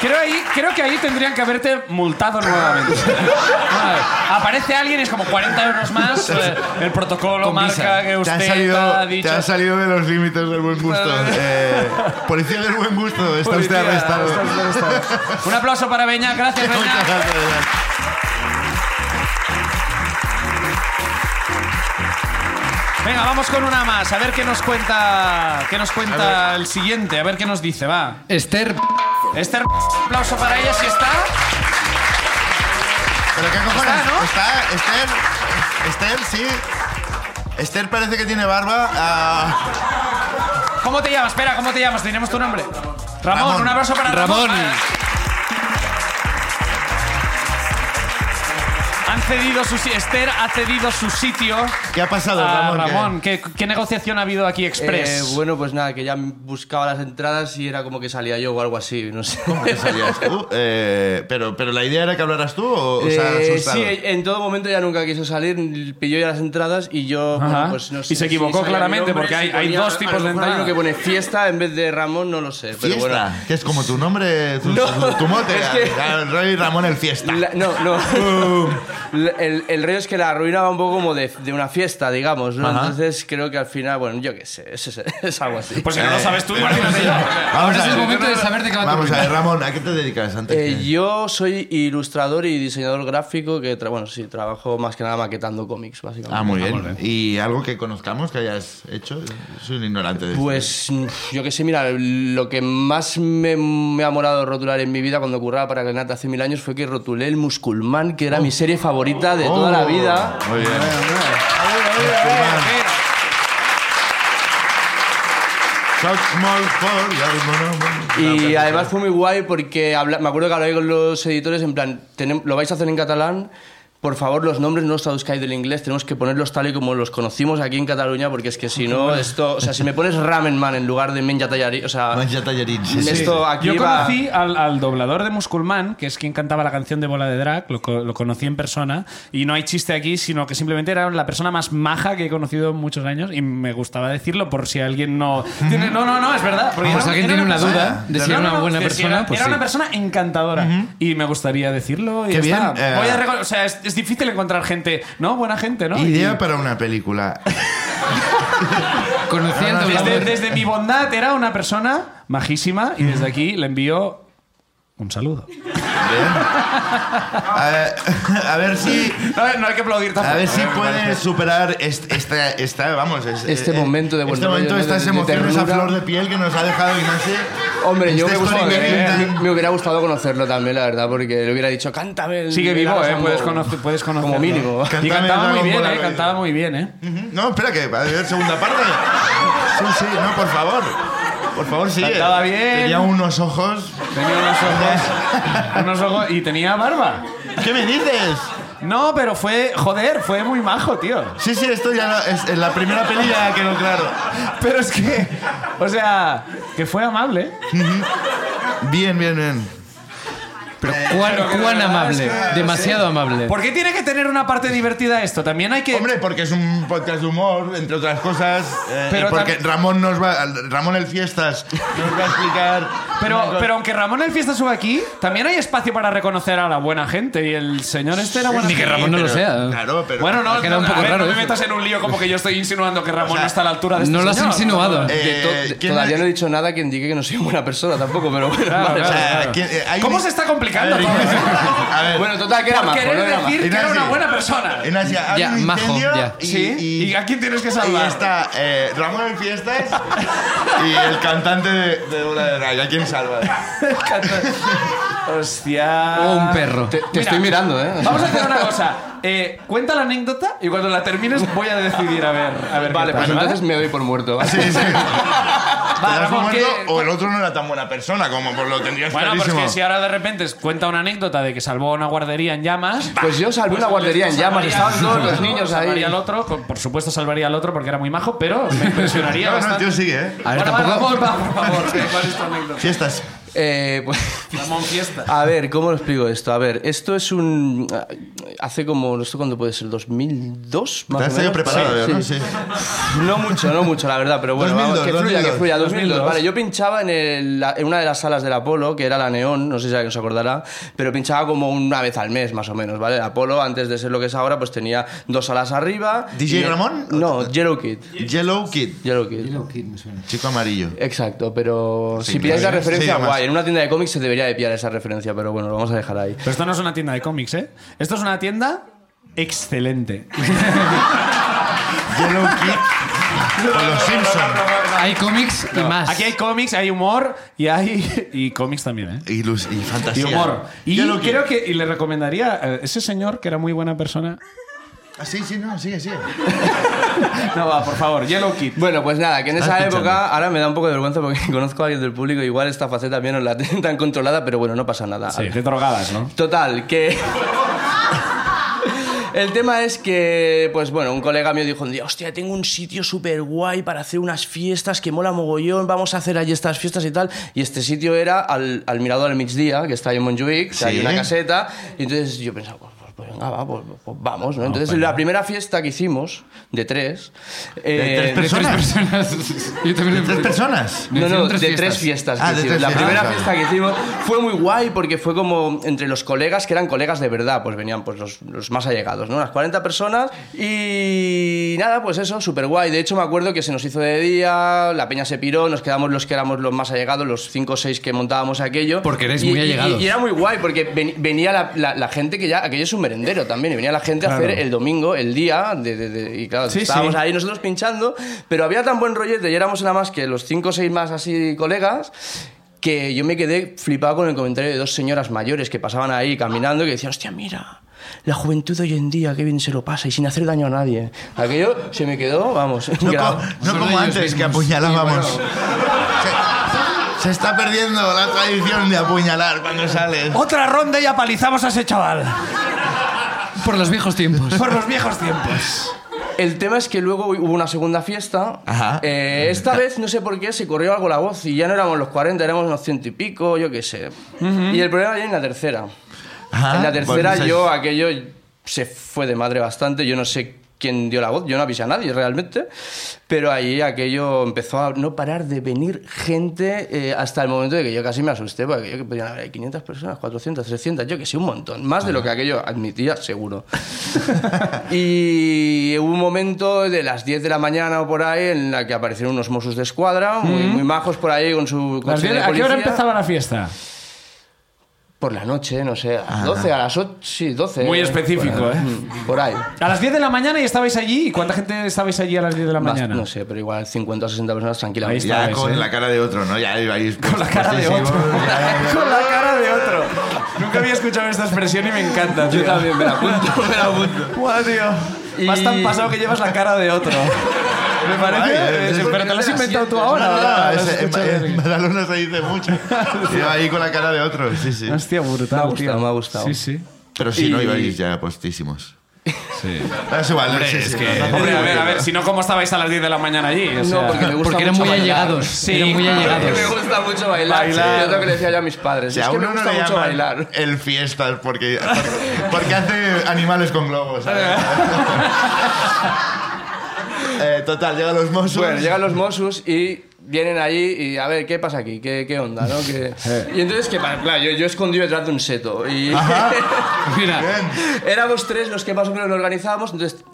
B: Creo, ahí, creo que ahí tendrían que haberte multado nuevamente. Vale. Aparece alguien y es como 40 euros más. eh, El protocolo
C: Con visa.
B: marca que
A: Te
B: usted
A: has, salido,
B: ha
A: te
B: dicho...
A: has salido de los límites del buen gusto. Eh, policía del buen gusto, está usted
B: Policía,
A: arrestado.
B: está usted arrestado. Un aplauso para Beñat. Gracias,
A: Muchas
B: Beñat.
A: gracias, Beñat.
B: Venga, vamos con una más. A ver qué nos cuenta, qué nos cuenta el siguiente. A ver qué nos dice. Va.
C: Esther.
B: Este aplauso para ella si está.
A: ¿Pero qué cojones?
B: Está, ¿no?
A: Está, Esther. Esther, sí. Esther parece que tiene barba. Ah,
B: ¿Cómo te llamas? Espera, ¿cómo te llamas? Tenemos tu nombre. Ramón,
A: Ramón.
B: un abrazo para Ramón. Eh,
C: Ramón.
B: Han cedido su si- Esther ha cedido su sitio
A: ¿Qué ha pasado,
B: a
A: Ramón? ¿Qué?
B: Ah, Ramón. ¿Qué, qué negociación ha habido aquí express?
J: Eh, bueno, pues nada, que ya buscaba las entradas y era como que salía yo o algo así, no sé.
A: ¿Cómo que salías tú? Eh, pero, pero la idea era que hablaras tú o, o se ha
J: Eh,
A: asustado.
J: sí, en todo momento ya nunca quiso salir, pilló ya las entradas y yo,
B: Ajá.
J: bueno, pues no sé.
B: Y se equivocó
J: salía mi
B: claramente,
J: nombre,
B: porque hay-
J: si
B: hay
J: ponía-
B: dos
J: a lo
B: tipos de
J: mejor hay
B: entradas.
J: uno que pone fiesta en vez de Ramón, no lo sé. Pero
A: Fiesta, que es como tu nombre, tu,
J: No.
A: tu- tu mote,
J: Es que-
A: Ra- Roy Ramón el Fiesta.
B: Uh.
J: bueno. La- no, no.
G: l- el, el rollo es que la ruina va un poco como de, de una fiesta, digamos, ¿no? Entonces creo que al final, bueno, yo qué sé, es, es- es algo así.
K: Pues si no lo sabes tú, imagínate yo.
A: Vamos
C: es
A: a
C: el
A: ver,
C: momento de saber de qué va tu
A: Vamos a
C: ruina.
A: ver, Ramón, ¿a qué te dedicas antes?
G: Eh,
A: que-
G: yo soy ilustrador y diseñador gráfico que, tra- bueno, sí, trabajo más que nada maquetando cómics, básicamente.
A: Ah, muy bien. ¿Y algo que conozcamos que hayas hecho? Soy un ignorante de esto.
G: Pues mm, yo qué sé, mira, lo que más me, me ha morado rotular en mi vida cuando curraba para Granata hace mil años fue que rotulé El Musculmán, que era mi serie favorita de toda la
A: Oh,
G: vida.
A: Muy bien. Shout small for your mono-
G: Y además fue muy guay porque habla- me acuerdo que hablé con los editores en plan, "Tenem- lo vais a hacer en catalán, por favor los nombres no los traduzcáis del inglés, tenemos que ponerlos tal y como los conocimos aquí en Cataluña porque es que si no, esto, o sea, si me pones Ramen Man en lugar de Menja Tallari, o sea,
A: Mancha tallarín. sí, sí.
G: esto aquí
B: Yo
G: va...
B: conocí al, al doblador de Musculmán, que es quien cantaba la canción de Bola de Drag, lo, co- lo conocí en persona, y no hay chiste aquí, sino que simplemente era la persona más maja que he conocido en muchos años, y me gustaba decirlo por si alguien no... tiene- no, no, no, es verdad. porque era-
C: Vamos, Ah, pues alguien
B: era
C: tiene una
B: persona-
C: duda de si
B: No,
C: era
B: no,
C: una
B: no,
C: buena
B: que si era-
C: persona, pues
B: Era una
C: sí.
B: persona encantadora, y me gustaría decirlo. Y
A: Qué
B: ya está.
A: bien, eh.
B: Voy a reco- o sea, es, es difícil encontrar gente, ¿no? Buena gente, ¿no?
A: Idea para una película.
C: Conocí al
B: Desde,
C: doblador.
B: desde mi bondad era una persona majísima y desde aquí le envío un saludo.
A: A ver, a ver si.
B: No, no hay que aplaudir tampoco.
A: A ver si puedes superar est- esta, esta, vamos, es-
G: Este
A: eh,
G: momento de buen
A: este
G: rollo,
A: momento,
G: ¿no? de-
A: estas
G: de
A: emociones a
G: ternura.
A: flor de piel que nos ha dejado Ignacio.
G: Hombre, yo
A: Este
G: me, gustaba-
A: storytelling
G: me-
A: tan-
G: me hubiera gustado conocerlo también, la verdad, porque le hubiera dicho, cántame. el-
B: Sigue
G: la
B: vivo,
G: Rosa
B: eh.
G: Mou".
B: Puedes, conocer, puedes conocerlo.
G: Como mínimo.
B: Y
A: Cántame
B: cantaba muy
A: Dragon
B: bien,
A: Ball
B: eh.
A: Abridor.
B: Cantaba muy bien, eh.
A: Ujú. No, espera que va a haber segunda parte. Sí, sí, no, por favor. Por favor, sigue.
B: Cantaba bien.
A: Tenía unos ojos.
B: Tenía unos ojos. unos ojos. Y tenía barba.
A: ¿Qué me dices?
B: No, pero fue. Joder, fue muy majo, tío.
A: Sí, sí, esto ya lo- es, en la primera peli ya quedó claro.
B: Pero es que. O sea, que fue amable. eh.
A: Bien, bien, bien.
C: Pero cuán, cuán amable. Demasiado amable.
B: ¿Por qué tiene que tener una parte divertida esto? También hay que.
A: Hombre, porque es un podcast de humor, entre otras cosas. eh,
B: Pero
A: y porque
B: tam-
A: Ramón nos va. Ramón el Fiestas nos va a explicar. una
B: Pero,
A: cosa.
B: pero aunque Ramón el Fiesta suba aquí, también hay espacio para reconocer a la buena gente. Y el señor este era buena
C: Ni que
B: gente.
C: Ramón no lo
A: Pero-
C: sea.
A: Claro, pero.
B: Bueno, no,
C: Ha quedado un poco
B: a ver,
C: raro
B: no me
C: eso.
B: metas en un lío como que yo estoy insinuando que
A: ¿eh?
B: Ramón
A: O sea,
B: no está a la altura de este
C: No lo has
B: señor.
C: insinuado.
A: Eh,
G: De to- de-
A: ¿quién
G: todavía
A: es?
G: no he dicho nada que indique que no soy buena persona tampoco, pero bueno.
B: Claro,
G: vale.
A: O
B: claro.
A: sea, ¿quién- eh, hay-
B: ¿Cómo se está complicando
A: A ver,
B: todo?
A: Ignacio, a ver.
G: Bueno, total, que era
B: Por
G: majo, no
B: querer
G: era
B: decir
G: majo.
B: que era una
A: Ignacio.
B: buena persona.
A: Ignacio, ha
C: Ya,
A: habido un
C: majo,
A: incendio
C: ya.
A: Y,
B: ¿Sí?
A: y-
B: ¿Y a quién tienes que
A: y
B: salvar?
A: está eh, Ramón en fiestas y el cantante de, de Dura de Raya. ¿A quién salva?
B: Hostia.
C: O Oh, un perro.
G: Te, te estoy mirando, ¿eh? O sea,
B: Vamos a hacer una cosa. Eh, cuenta la anécdota y cuando la termines voy a decidir a ver. A ver qué
G: vale,
B: tal,
G: pues entonces me doy por muerto. ¿vale?
A: Sí, sí. ¿Te das
B: Ramón,
A: muerto
B: ¿qué-
A: o el otro no era tan buena persona como por lo tendrías
B: Bueno, pero es
A: clarísimo.
B: que si ahora de repente cuenta una anécdota de que salvó una guardería en llamas.
G: Pues yo salvé una guardería en llamas, estaban todos los niños ahí.
B: Salvaría al otro, con- por supuesto salvaría al otro porque era muy majo, pero me impresionaría
A: No, no,
B: bastante.
A: tío, sigue, ¿eh?
C: A ver,
B: Bueno, va,
C: tampoco.
B: Ramón, va, por favor, ¿qué- ¿cuál es tu anécdota?
A: Fiestas.
G: Eh, pues,
B: Ramón Fiesta.
G: a ver, ¿cómo lo explico esto? A ver, esto es un... ah, Hace como, no sé cuándo puede ser, 2002,
A: Te
G: más
A: has
G: o menos.
A: salido preparado,
G: Sí,
A: ¿no?
G: sí.
A: Sí.
G: No mucho, no mucho, la verdad, pero bueno,
A: 2002,
G: vamos, que fluya,
A: 2002.
G: que fluya. 2002. Vale, yo pinchaba en, el- la- en una de las salas del Apolo, que era la Neón, no sé si alguien se acordará, pero pinchaba como una vez al mes, más o menos, ¿vale? El Apolo, antes de ser lo que es ahora, pues tenía dos salas arriba.
A: ¿DJ
G: y-
A: Ramón?
G: No, Yellow Kid.
A: Yellow Kid.
G: Yellow Kid.
A: Chico amarillo.
G: Exacto, pero
A: Sí,
G: si pilláis la
A: sí,
G: referencia,
A: además.
G: guay. En una tienda de cómics se debería de pillar esa referencia, pero bueno, lo vamos a dejar ahí.
B: Pero esto no es una tienda de cómics, ¿eh? Esto es una tienda excelente.
A: Yellow Kid. O los Simpson.
C: Hay cómics y más.
B: Aquí hay cómics, hay humor y hay y cómics también, ¿eh?
A: Y, luz, y
B: Y
A: fantasía.
B: humor. Y
A: Yellow Kid.
B: creo que y le recomendaría a ese señor que era muy buena persona.
A: Ah, sí, sí, no, sigue, sigue.
B: No, va, por favor, Yellow Kid.
G: Bueno, pues nada, que en esa
A: Estás pinchando.
G: época, ahora me da un poco de vergüenza porque conozco a alguien del público, igual esta faceta mía no la tienen tan controlada, pero bueno, no pasa nada.
B: Sí, te drogabas, ¿no?
G: Total, que... El tema es que, pues bueno, un colega mío dijo un día, hostia, tengo un sitio súper guay para hacer unas fiestas que mola mogollón, vamos a hacer allí estas fiestas y tal. Y este sitio era al, al Mirador del Mixdía, que está ahí en Montjuic, que hay
A: Sí.
G: una caseta. Y entonces yo pensaba, pues, pues, pues venga, va, pues, pues vamos, ¿no? Entonces, la primera fiesta que hicimos, de tres... eh,
A: tres personas?
C: personas. Yo también
A: ¿De
C: le-
A: tres personas?
C: Me
G: No, no,
C: hicieron
G: de
C: tres
G: tres
C: fiestas.
G: fiestas. que
A: Ah, de
G: hicimos.
A: tres
G: la
A: fiestas,
G: primera
A: vale.
G: fiesta que hicimos fue muy guay porque fue como entre los colegas que eran colegas de verdad, pues venían pues los, los más allegados, ¿no? Las 40 personas y nada, pues eso, súper guay. De hecho, me acuerdo que se nos hizo de día, la peña se piró, nos quedamos los que éramos los más allegados, los 5 o 6 que montábamos aquello.
C: Porque erais
G: Y-
C: muy
G: y-
C: allegados.
G: Y, era muy guay porque ven- venía la, la- la gente que ya, aquello es un merendero también, y venía la gente a hacer el domingo, el día, de- de- de- y claro,
D: Sí,
G: estábamos
D: sí.
G: ahí nosotros pinchando, pero había tan buen rollete y éramos nada más que los cinco o seis más así colegas que yo me quedé flipado con el comentario de dos señoras mayores que pasaban ahí caminando y que decían, hostia, mira, la juventud hoy en día, qué bien se lo pasa y sin hacer daño a nadie. Aquello se me quedó, vamos,
A: No,
G: grabado.
A: co- no
C: Son
A: como
C: ellos
A: antes que
C: mismos.
A: apuñalábamos.
C: Sí,
A: se, se está perdiendo la tradición de apuñalar cuando sales.
D: Otra ronda y apalizamos a ese chaval.
C: Por los viejos tiempos.
D: Por los viejos tiempos.
G: El tema es que luego hubo una segunda fiesta.
A: Ajá.
G: Eh, esta vez, no sé por qué, se corrió algo la voz y ya no éramos los 40, éramos unos ciento y pico, yo qué sé. Y el problema viene en la tercera.
A: Ajá,
G: en la tercera
A: pues,
G: yo, aquello se fue de madre bastante, yo no sé quién dio la voz, yo no avisé a nadie realmente, pero ahí aquello empezó a no parar de venir gente eh, hasta el momento de que yo casi me asusté, porque yo que podían haber 500 personas, 400, 300, yo que sé, un montón, más
D: Ah.
G: de lo que aquello admitía, seguro. Y hubo un momento de las 10 de la mañana o por ahí en la que aparecieron unos Mossos de escuadra, muy, muy majos por ahí con su
D: Mm. Las
G: coche de
D: diez- ¿A qué hora
G: policía.
D: empezaba la fiesta?
G: Por la noche, no sé, a las 12, a las 8, sí, 12.
D: Muy
G: eh,
D: específico,
G: por ahí.
D: ¿eh?
G: Mm, Por ahí.
D: A las 10 de la mañana y estabais allí. ¿Y cuánta gente estabais allí a las 10 de la
G: Más-
D: mañana?
G: no sé, pero igual 50 o 60 personas tranquilamente.
A: Ya
D: ¿sabes,
A: con
D: eh?
A: la cara de otro, ¿no? Ya ahí,
D: Con la cara de otro. Con la cara de otro. Nunca había escuchado esta expresión y me encanta. Yo también me la apunto, me la apunto. Guau, tío. Vas tan pasado que llevas la cara de otro. Me parece.
A: Ay,
D: eh,
A: es
D: pero te
A: porque
D: lo has
A: te
D: inventado tú
G: sientes,
D: ahora.
A: No,
D: ¿verdad?
A: no,
D: Lo has
A: ese- en,
D: escuchado
A: en
D: de-
A: Badalona se dice mucho. Iba ahí con la cara de otro, sí, sí.
D: Hostia, brutal.
G: Me ha gustado,
D: tío.
G: me ha gustado.
D: Sí, sí.
A: Pero si no,
G: y-
A: ibais ya postísimos. Sí. Ah, Es igual, sí, sí,
D: Eh,
A: no, no,
D: Hombre, a ver, a ver, si no, ¿cómo estabais a las 10 de la mañana allí? O sea,
G: No, porque me gusta
C: Porque eran
G: mucho
C: muy
G: bailar.
C: allegados.
D: Sí,
C: eran muy
D: claro.
C: allegados.
G: Me gusta mucho bailar.
A: Bailar.
G: sí, es lo que le decía yo a mis padres.
A: Si
G: es
A: a
G: que
A: uno
G: me
A: no
G: gusta
A: le
G: mucho
A: llaman
G: bailar.
A: el fiestas porque, porque hace animales con globos. ¿sabes? Eh, total, llegan los mozos.
G: Bueno, llegan los Mossos y vienen ahí y a ver, ¿qué pasa aquí? ¿Qué, qué onda? ¿no? ¿Qué- Y entonces, que pa- claro, yo, yo escondí detrás de un seto. Y
C: Mira,
G: éramos tres los que más o menos lo organizábamos. Entonces,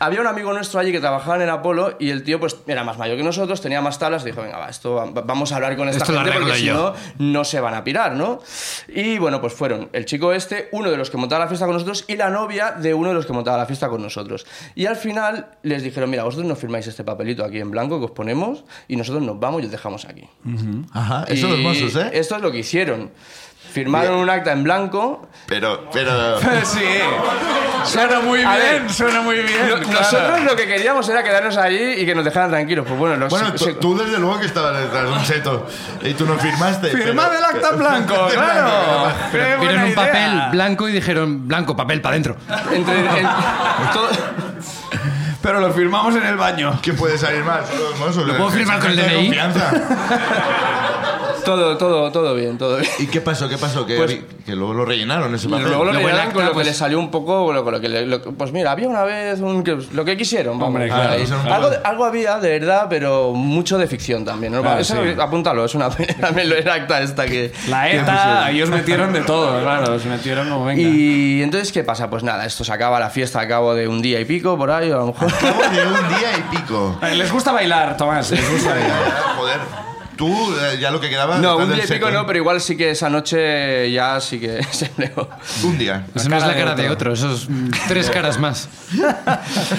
G: había un amigo nuestro allí que trabajaba en el Apolo y el tío pues era más mayor que nosotros, tenía más tablas. Dijo, venga, va, esto va- vamos a hablar con esta
C: Esto lo
G: gente porque
C: arreglo
G: si
C: yo".
G: no, no se van a pirar, ¿no? Y bueno, pues fueron el chico este, uno de los que montaba la fiesta con nosotros y la novia de uno de los que montaba la fiesta con nosotros. Y al final les dijeron, mira, vosotros no firmáis este papelito aquí en blanco que os ponemos y nosotros nos vamos y os dejamos aquí.
A: Ajá, esos los
G: Y
A: mozos, ¿eh?
G: Esto es lo que hicieron. Firmaron un acta en blanco
A: Pero, pero.
D: Sí. Suena muy
G: A
D: bien,
G: ver,
D: suena muy bien.
G: No-
D: claro.
G: Nosotros lo que queríamos era quedarnos allí y que nos dejaran tranquilos. Pues bueno, los-
A: Bueno,
G: se-
A: tú-
G: se-
A: tú desde luego que estabas detrás de un seto y tú no firmaste.
D: Firmad
A: pero-
D: el acta en blanco, claro. Qué
C: vieron
D: buena
C: un
D: idea.
C: papel blanco y dijeron, blanco, papel, para adentro.
G: entre, en- todo-
D: Pero lo firmamos en el baño.
A: ¿Qué puede salir mal? Son los mozos.
C: ¿Lo puedo firmar con el
A: Gente de
C: DNI?
A: confianza.
G: todo, todo, todo bien, todo bien.
A: ¿Y qué pasó? ¿Qué pasó? Que,
G: Pues-
A: que luego lo rellenaron ese
G: Y
A: papel.
G: luego lo
C: Luego el
G: rellenaron con
C: acta,
G: lo
C: pues-
G: que le salió un poco, bueno, con lo que le- lo que- pues mira, había una vez un que- lo que quisieron. vamos.
D: Hombre,
A: claro,
G: Ahí.
A: eso es un-
G: algo, algo había de verdad, pero mucho de ficción también. ¿no?
A: Ah,
D: Claro,
G: Eso,
D: sí.
G: Apúntalo, es una también lo era acta esta que
D: La
G: que
D: ETA,
G: pusieron.
D: ahí os metieron de todo, claro, os metieron como venga.
G: Y entonces qué pasa, pues nada, esto se acaba la fiesta a cabo de un día y pico por ahí, a lo mejor.
A: Cabo de un día y pico.
D: Eh, Les gusta bailar, Tomás. les gusta bailar.
A: Joder. Tú, eh, ya lo que
D: Ah,
A: quedaba.
G: No,
A: detrás
G: un
A: del ¿eh?
G: día y pico
A: seto.
G: no, pero igual sí que esa noche ya sí que se empleó.
A: Un día.
C: Eso no es la cara de otro, esos tres caras más.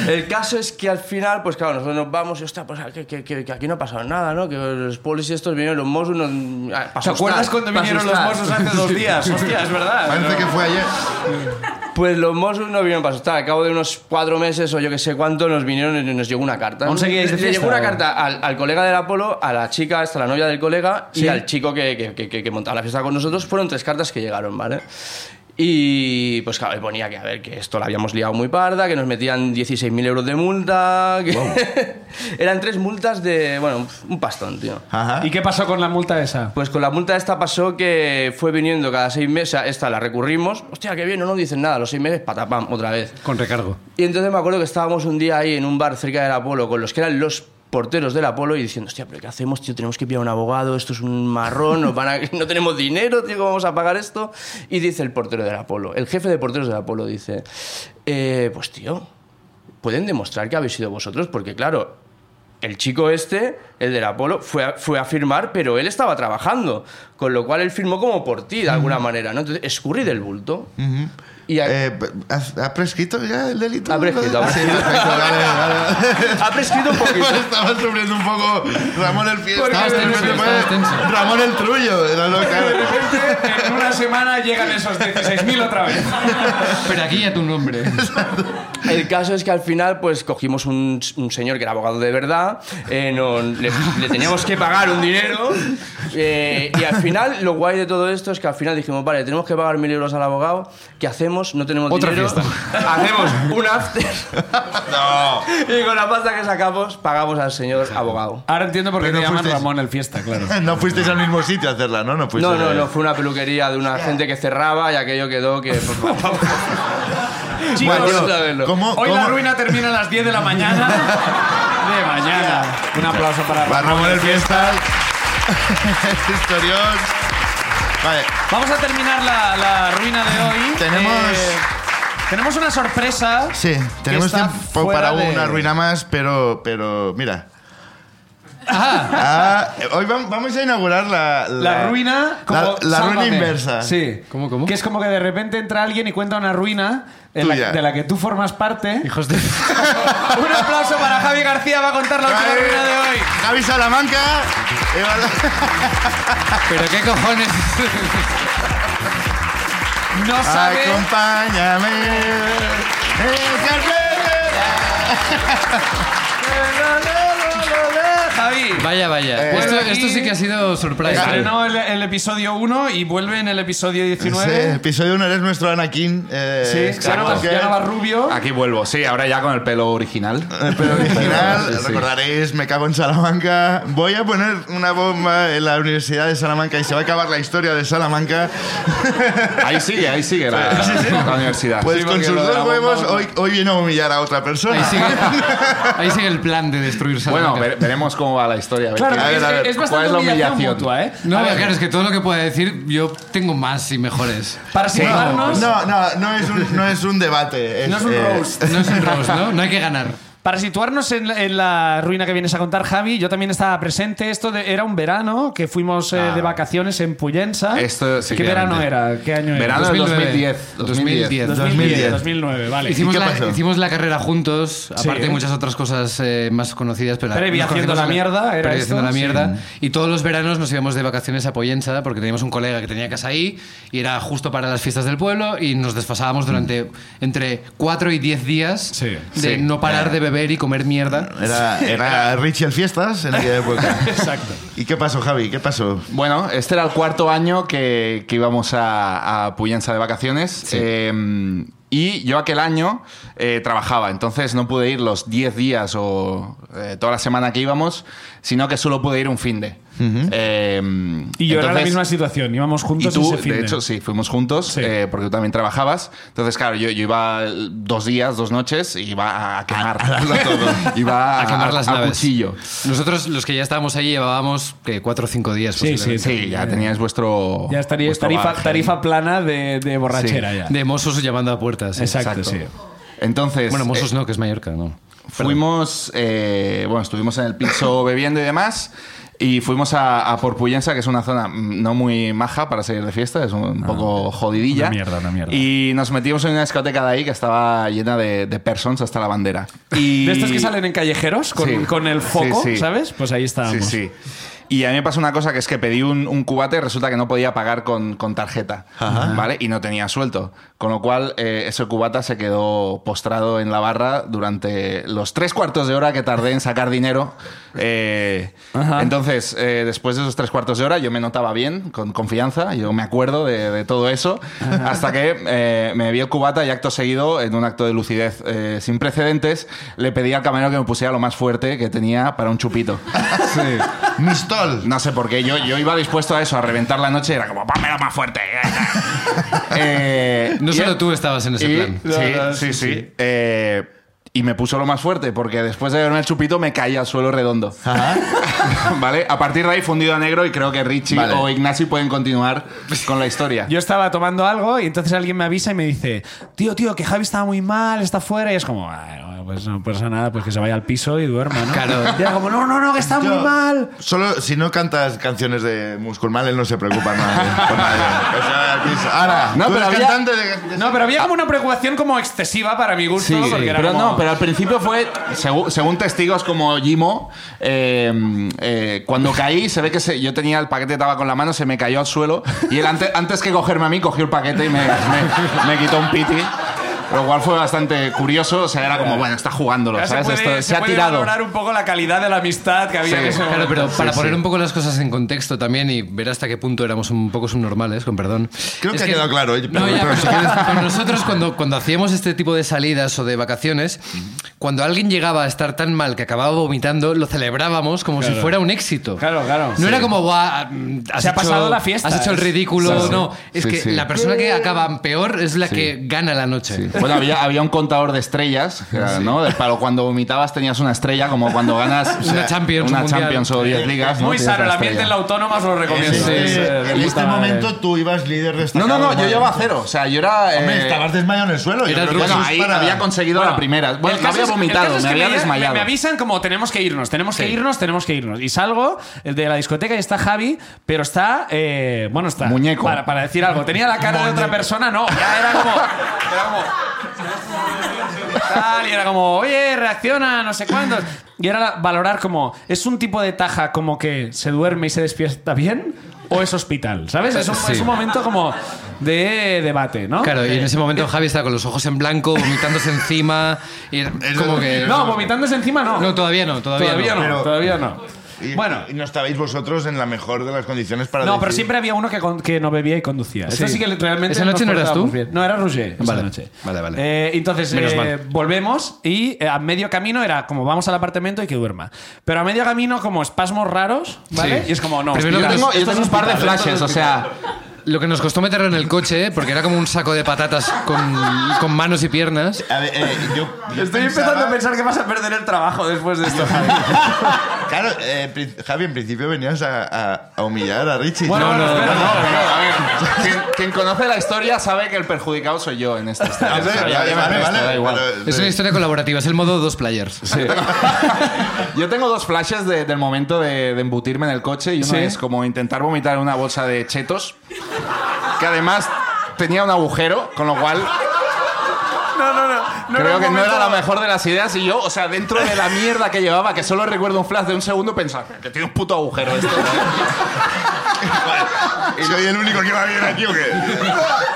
G: El caso es que al final, pues claro, nosotros nos vamos y, hostia, pues que, que- que- que aquí no ha pasado nada, ¿no? Que los polis estos vinieron los Mossos nos... ah, pa'
D: ¿Te acuerdas
G: asustar,
D: cuando
G: pa'
D: vinieron los
G: asustar?
D: Mossos hace dos días? Hostia, es verdad.
A: Parece que fue ayer.
G: Pues los Mossos no vinieron para asustar. Al cabo de unos cuatro meses o yo que sé cuánto, nos vinieron y nos llegó una carta.
D: ¿Aún seguíais de
G: Le llegó
D: fiesta,
G: una
D: o?
G: carta al, al colega del Apolo, a la chica, hasta la novia del colega y al chico que, que- que- que- que montaba la fiesta con nosotros. Fueron tres cartas que llegaron, ¿vale? Y pues claro, ponía que a ver, que esto la habíamos liado muy parda, que nos metían 16.000 euros de multa. que- Eran tres multas de, bueno, un pastón, tío.
A: Ajá.
B: ¿Y qué pasó con la multa esa?
G: Pues con la multa esta pasó que fue viniendo cada seis meses, o sea, esta la recurrimos, hostia, qué bien, no nos dicen nada, los seis meses, patapam, otra vez.
C: Con recargo.
G: Y entonces me acuerdo que estábamos un día ahí en un bar cerca del Apolo con los que eran los porteros del Apolo y diciendo, hostia, pero ¿qué hacemos, tío? Tenemos que pillar un abogado, esto es un marrón, nos van a- no tenemos dinero, tío, ¿cómo vamos a pagar esto? Y dice el portero del Apolo, el jefe de porteros del Apolo dice, "Eh, pues tío, pueden demostrar que habéis sido vosotros, porque claro, el chico este, el del Apolo, fue a, fue a firmar, pero él estaba trabajando, con lo cual él firmó como por ti, de alguna manera, ¿no? Entonces, escurrid el bulto. Y a-
A: Eh, ¿has- ¿Ha prescrito ya el delito?
G: Ha prescrito, ha
A: Ah, sí,
G: prescrito.
A: perfecto, vale, vale.
G: ha prescrito un poquito.
A: Estaba sufriendo un poco Ramón el Fiesta.
L: Porque
A: este de
L: de
A: repente
L: repente
A: fue
L: estabas tenso.
A: Ramón el Trullo. Era lo que-
L: En una semana llegan esos 16.000 otra vez.
C: Pero aquí ya tu nombre.
G: El caso es que al final, pues cogimos un, un señor que era abogado de verdad, eh, no- le, le teníamos que pagar un dinero, eh, y al final, lo guay de todo esto es que al final dijimos, vale, tenemos que pagar mil euros al abogado, ¿qué hacemos? No tenemos
C: Otra
G: dinero. Hacemos un after. Y con la pasta que sacamos, pagamos al señor abogado.
B: Ahora entiendo por qué
A: Pero
B: te llaman
A: fuisteis-
B: Ramón el Fiesta, claro.
A: No fuisteis al mismo sitio a hacerla, ¿no?
M: Pues
A: No, fuisteis
G: No, no,
A: al-
G: no, fue una peluquería de una gente que cerraba y aquello quedó que... Pues,
A: Bueno,
G: Chicos,
A: tío,
G: saberlo.
A: ¿cómo-
B: Hoy
A: cómo-
B: la ruina termina a las 10 de la mañana. De mañana. Un aplauso para
A: Va
B: Ramón.
A: Ramón el Fiesta. Historión. Vale,
B: Vamos a terminar la, la ruina de hoy. Eh,
A: Tenemos-
B: tenemos una sorpresa.
A: sí, tenemos
B: está
A: tiempo
B: fuera
A: para
B: de-
A: una ruina más, pero, pero mira. Ah, hoy vam- vamos a inaugurar la...
B: La ruina. Como,
A: la- la ruina
B: Sálvame.
A: inversa.
B: Sí.
C: ¿Cómo, cómo?
B: Que es como que de repente entra alguien y cuenta una ruina en la-
A: Tuya.
B: de la que tú formas parte.
C: Hijos de.
B: Un aplauso para Javi García, va a contar la última
A: Javi.
B: ruina de hoy.
A: Javi Salamanca. Eva-
C: Pero qué cojones.
B: No sabe.
A: Acompáñame. eh, Carmela.
B: Javi.
C: Vaya, vaya.
A: Eh,
C: esto,
B: Bueno, aquí-
C: esto sí que ha sido sorpresa. eh.
B: Estrenó el, el episodio 1 y vuelve en el episodio
A: Sí,
B: 19.
A: episodio 1 eres nuestro Anakin. eh,
B: Sí, ya, no,
A: Skywalker.
B: vas- ya no vas rubio.
M: Aquí vuelvo, sí, ahora ya con el pelo original.
A: Eh, Pero original,
M: Sí, sí.
A: recordaréis, me cago en Salamanca. Voy a poner una bomba en la Universidad de Salamanca y se va a acabar la historia de Salamanca.
M: Ahí sigue, ahí sigue la, la universidad.
A: Pues
M: Sí,
A: con
M: porque
A: sus
M: lo de la
A: dos
M: bomba-
A: huevos, hoy, hoy viene a humillar a otra persona.
C: Ahí sigue, ahí sigue el plan de destruir
M: Bueno,
C: Salamanca.
M: vere- veremos cómo va la historia. a ver
B: Claro,
M: qué-
A: A ver,
B: es,
A: a ver,
B: es bastante
M: ¿cuál es la
B: humillación
M: humillación?
B: mutua, ¿eh?
C: No, claro, es que todo lo que pueda decir, yo tengo más y mejores.
B: Para situarnos,
A: No, no, no es un, no es un debate.
B: No es un
A: eh,
B: roast.
C: No es un roast, ¿no? No hay que ganar.
B: Para situarnos en, la- en la ruina que vienes a contar, Javi, yo también estaba presente. Esto de- era un verano que fuimos eh,
M: Claro.
B: de vacaciones en Puyensa.
M: Esto, sí,
B: ¿Qué verano
M: claramente.
B: era? ¿Qué año
M: Verano de 2010.
B: 2010,
C: 2010.
A: 2010.
B: 2009, vale.
C: Hicimos,
A: ¿Y qué
C: la,
A: pasó?
C: hicimos la carrera juntos, aparte de muchas otras cosas eh, más conocidas. Pero
B: Previa
C: nos
B: haciendo
C: conocimos
B: la
C: en
B: mierda, era
C: Previa haciendo
B: esto,
C: la mierda. Y todos los veranos nos íbamos de vacaciones a Poyensa porque teníamos un colega que tenía casa ahí y era justo para las fiestas del pueblo y nos desfasábamos durante entre 4 y 10 días
B: Sí.
C: de
M: Sí.
C: no parar de beber y comer mierda.
A: Era, era Richie el Fiestas en aquella época.
B: Exacto.
A: ¿Y qué pasó, Javi? ¿Qué pasó?
M: Bueno, este era el cuarto año que, que íbamos a, a Puyensa de vacaciones. eh, y yo aquel año eh, trabajaba, entonces no pude ir los 10 días o eh, toda la semana que íbamos, sino que solo pude ir un fin de. Em,
B: Y yo era la misma situación, íbamos juntos
M: y tú,
B: ese fin
M: de hecho, sí, fuimos juntos
B: Sí.
M: eh, porque tú también trabajabas. Entonces, claro, yo, yo iba dos días, dos noches y iba a quemar. iba a,
C: A quemar las naves.
M: cuchillo.
C: Nosotros, los que ya estábamos allí, llevábamos que 4 o 5 días.
B: Sí,
C: posiblemente.
M: Sí, ya teníais vuestro.
B: Ya estaría
M: vuestro
B: tarifa,
M: bar.
B: tarifa plana de, de borrachera
M: Sí.
B: ya.
C: De mozos llamando a puertas. sí.
B: Exacto, sí.
M: Entonces,
C: Bueno, mozos
M: eh,
C: no, que es Mallorca, ¿no?
M: fuimos, eh, bueno, estuvimos en el piso bebiendo y demás. Y fuimos a, a Porpullensa, que es una zona mm, no muy maja para salir de fiesta, es un poco jodidilla.
B: Ah, Una mierda, una mierda.
M: Y nos metimos en una discoteca de ahí que estaba llena de, de persons hasta la bandera. Y...
B: De estos que salen en callejeros con,
M: Sí.
B: con el foco,
M: Sí, sí.
B: ¿sabes? Pues ahí estábamos.
M: Sí, sí. Y a mí me pasó una cosa que es que pedí un, un cubate y resulta que no podía pagar con, con tarjeta, ¿vale? Y no tenía suelto. Con lo cual, eh, ese cubata se quedó postrado en la barra durante los tres cuartos de hora que tardé en sacar dinero. Eh, entonces, eh, después de esos tres cuartos de hora, yo me notaba bien, con confianza, yo me acuerdo de, de todo eso, hasta que eh, me vi el cubata y acto seguido, en un acto de lucidez eh, sin precedentes, le pedí al camarero que me pusiera lo más fuerte que tenía para un chupito.
A: Mistol.
M: No sé por qué, yo, yo iba dispuesto a eso, a reventar la noche, era como, pámelo más fuerte. Eh,
C: No
M: y-
C: solo tú estabas en ese
M: y-
C: plan.
M: Sí, sí, sí. Eh, y me puso lo más fuerte, porque después de verme el chupito me caí al suelo redondo.
A: Ah,
M: ¿Vale? A partir de ahí fundido a negro y creo que Richie
A: Vale.
M: o Ignacio pueden continuar con la historia.
B: Yo estaba tomando algo y entonces alguien me avisa y me dice, tío, tío, que Javi está muy mal, está fuera. Y es como, "Bueno, pues no pasa nada, pues que se vaya al piso y duerma, ¿no?
C: Claro.
B: Y era como, no, no, no, que está muy mal.
A: Solo si no cantas canciones de Musculman, él no se preocupa nada por nadie. O sea, aquí es- Ahora,
M: No,
A: tú
M: pero
A: eres
M: había-
A: cantante de... de-
B: No, pero había como una preocupación como excesiva para mi gusto.
M: Sí, sí.
B: porque era
M: pero
B: como-
M: no, pero al principio fue, según, según testigos como Jimo, eh, eh, cuando caí se ve que se- yo tenía el paquete de tabaco en la mano, se me cayó al suelo y él ante- antes que cogerme a mí cogió el paquete y me, me- me quitó un piti. Lo cual fue bastante curioso, o sea, era como, bueno, está jugándolo,
B: Ya
M: ¿sabes?
B: se puede,
M: Esto-
B: se
M: se, ha
B: puede
M: tirado.
B: valorar un poco la calidad de la amistad que había
M: Sí.
B: en ese
M: Claro,
B: momento.
C: Pero para
M: Sí,
C: poner
M: sí.
C: un poco las cosas en contexto también y ver hasta qué punto éramos un poco subnormales, con perdón.
A: Creo
C: Es
A: que ha quedado claro, oye,
C: No,
A: pero-
C: ya,
A: pero si
C: pero
A: quieres-
C: con nosotros cuando, cuando hacíamos este tipo de salidas o de vacaciones, cuando alguien llegaba a estar tan mal que acababa vomitando, lo celebrábamos como si fuera un éxito.
B: Claro, claro.
C: No era como, "Buah, mm, has
B: Se ha
C: hecho-
B: pasado la fiesta".
C: Has hecho el
B: Es-
C: ridículo.
M: Sí, sí.
C: No, es
M: Sí,
C: que
M: sí.
C: la persona que acaba peor es la que gana la noche.
M: Sí. Bueno, había, había un contador de estrellas, que era, ¿no? De- Para cuando vomitabas tenías una estrella, como cuando ganas eh,
C: Una Champions,
M: una
C: un mundial.
M: Champions o 10 ligas. ¿no?
B: Muy
M: Tienes
B: sano, el
M: una
B: ambiente
M: estrella.
B: en la autónoma os lo
A: En
B: recomiendo.
A: este,
B: Sí, sí, eh, de
A: en
B: puta
A: este
B: madre.
A: momento tú ibas líder de esta
M: No, no, no, yo llevaba cero. O sea, yo era.
A: Hombre,
M: eh,
A: estabas desmayado en el suelo. Yo
C: Era
A: creo que
M: Bueno,
A: eso es
M: ahí
A: para-
M: había conseguido la primera. Bueno,
B: el
M: me
B: caso
M: había
B: es- el
M: vomitado,
B: caso es
M: me
B: que
M: había
B: me-
M: desmayado.
B: Me, avisan como tenemos que irnos, tenemos que
C: Sí.
B: irnos, tenemos que irnos. Y salgo el de la discoteca y está Javi, pero está. eh, bueno, está.
M: Muñeco.
B: Para, para decir algo. Tenía la cara de otra persona, no. Ya era como. Era como. Tal, y era como, oye, reacciona, no sé cuántos. Y era la- valorar como, ¿es un tipo de taja como que se duerme y se despierta bien? ¿O es hospital? ¿Sabes? Es un,
C: Sí.
B: es un momento como de debate, ¿no?
C: Claro, y en ese momento Javi estaba con los ojos en blanco, vomitándose encima. Y era como que.
B: No, vomitándose encima no.
C: No, todavía no, todavía,
B: Todavía no,
C: no.
A: Pero-
B: todavía no.
A: Y-
B: Bueno,
A: Y no estabais vosotros en la mejor de las condiciones para
B: no, pero
A: decir-
B: siempre había uno que, con- que no bebía y conducía. Eso
C: Sí.
B: sí que realmente.
C: ¿Esa noche
B: nos
C: no eras
B: portábamos
C: tú?
B: bien. No, era Roger. esa
C: Vale,
B: noche.
C: vale, vale.
B: Eh, entonces,
C: Menos
B: eh,
C: mal.
B: volvemos y eh, a medio camino era como vamos al apartamento y que duerma. Pero a medio camino, como espasmos raros, ¿vale?
C: Sí.
B: Y es como, no.
C: Primero
M: yo
B: hostia,
M: tengo, yo
B: esto es
M: tengo un par de
B: hospital,
M: flashes,
B: esto
M: o
B: es
M: sea,
C: Lo que nos costó meterlo en el coche, ¿eh? porque era como un saco de patatas con, con manos y piernas.
A: A ver, eh, yo, yo
B: Estoy
A: pensaba-
B: empezando a pensar que vas a perder el trabajo después de esto.
A: Claro, eh, pri- Javi, en principio venías a, a- a humillar a Richie.
B: Bueno, bueno, espera, no,
M: pero, a ver, quien, quien conoce la historia sabe que el perjudicado soy yo en este
A: A
M: esta historia.
A: ver,
M: O sea, ya-
A: vale,
M: ya me
A: vale,
M: presto,
A: vale,
M: da igual.
A: pero- eh,
C: Es una historia colaborativa, es el modo dos players.
M: Yo tengo dos flashes de- del momento de, de embutirme en el coche y uno
B: ¿Sí?
M: es como intentar vomitar en una bolsa de chetos, que además tenía un agujero, con lo cual
B: No, no, no. no era
M: creo
B: un
M: que no
B: momento-
M: era la mejor de las ideas y yo, o sea, dentro de la mierda que llevaba, que solo recuerdo un flash de un segundo pensar que tiene un puto agujero esto.
A: Soy el único que va bien aquí, ¿o qué?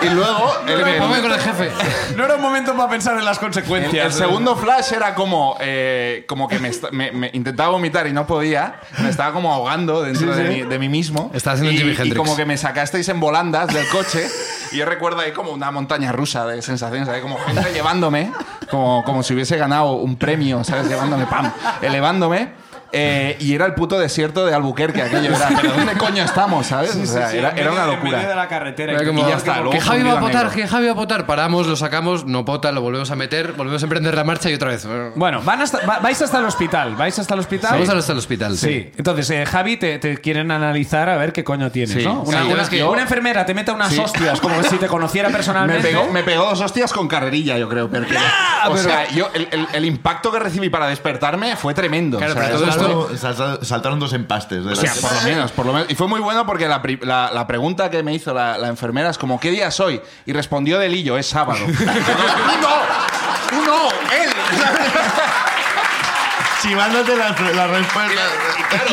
M: Y luego el, el-
C: Ponme con el jefe.
B: No era un momento para pensar en las
M: el-
B: consecuencias.
M: el segundo flash era como, eh, como que me, esta- me- me intentaba vomitar y no podía, me estaba como ahogando dentro De, mí, de mí mismo.
C: Estaba haciendo
M: y,
C: Jimi
M: y
C: Hendrix.
M: como que me sacasteis en volandas del coche y yo recuerdo ahí como una montaña rusa de sensaciones, ahí como gente llevándome, como, como si hubiese ganado un premio, ¿sabes? Llevándome, pam, elevándome. eh, y era el puto desierto de Albuquerque aquello. Era, ¿pero dónde coño estamos, sabes? O sea,
B: Sí,
M: era,
B: en
M: era una
B: medio- en medio de
M: locura.
B: la carretera.
C: Era como,
M: Y ya está, luego
C: que Javi va a
M: fundido a
C: potar,
M: negro.
C: que Javi va a potar. Paramos, lo sacamos, no pota, lo volvemos a meter, volvemos a emprender la marcha y otra vez.
B: Bueno, van hasta- va- vais hasta el hospital. ¿Vais hasta el hospital?
C: Vamos hasta el hospital.
B: Sí. Entonces, eh, Javi, te, te quieren analizar a ver qué coño tienes,
M: Sí.
B: ¿no?
M: Sí,
B: Una,
C: el tema
B: una-
C: es que-
B: una enfermera te mete unas
M: Sí.
B: hostias como si te conociera
M: Me
B: personalmente.
M: pegó, me pegó dos hostias con carrerilla, yo creo. Porque, o sea, yo, el, el- el impacto que recibí para despertarme fue tremendo.
C: Claro,
M: o sea,
C: pero
M: es
C: todo esto-
A: Saltaron- salta- Saltaron dos empastes. de
M: O sea,
A: la-
M: por lo menos, por lo menos. Y fue muy bueno porque la, pri- la- la pregunta que me hizo la, la enfermera es como, ¿qué día es hoy? Y respondió de Lillo, es sábado. ¡Uno! ¡Uno! ¡Él!
A: Chivándote las, las respuestas.
M: Y claro,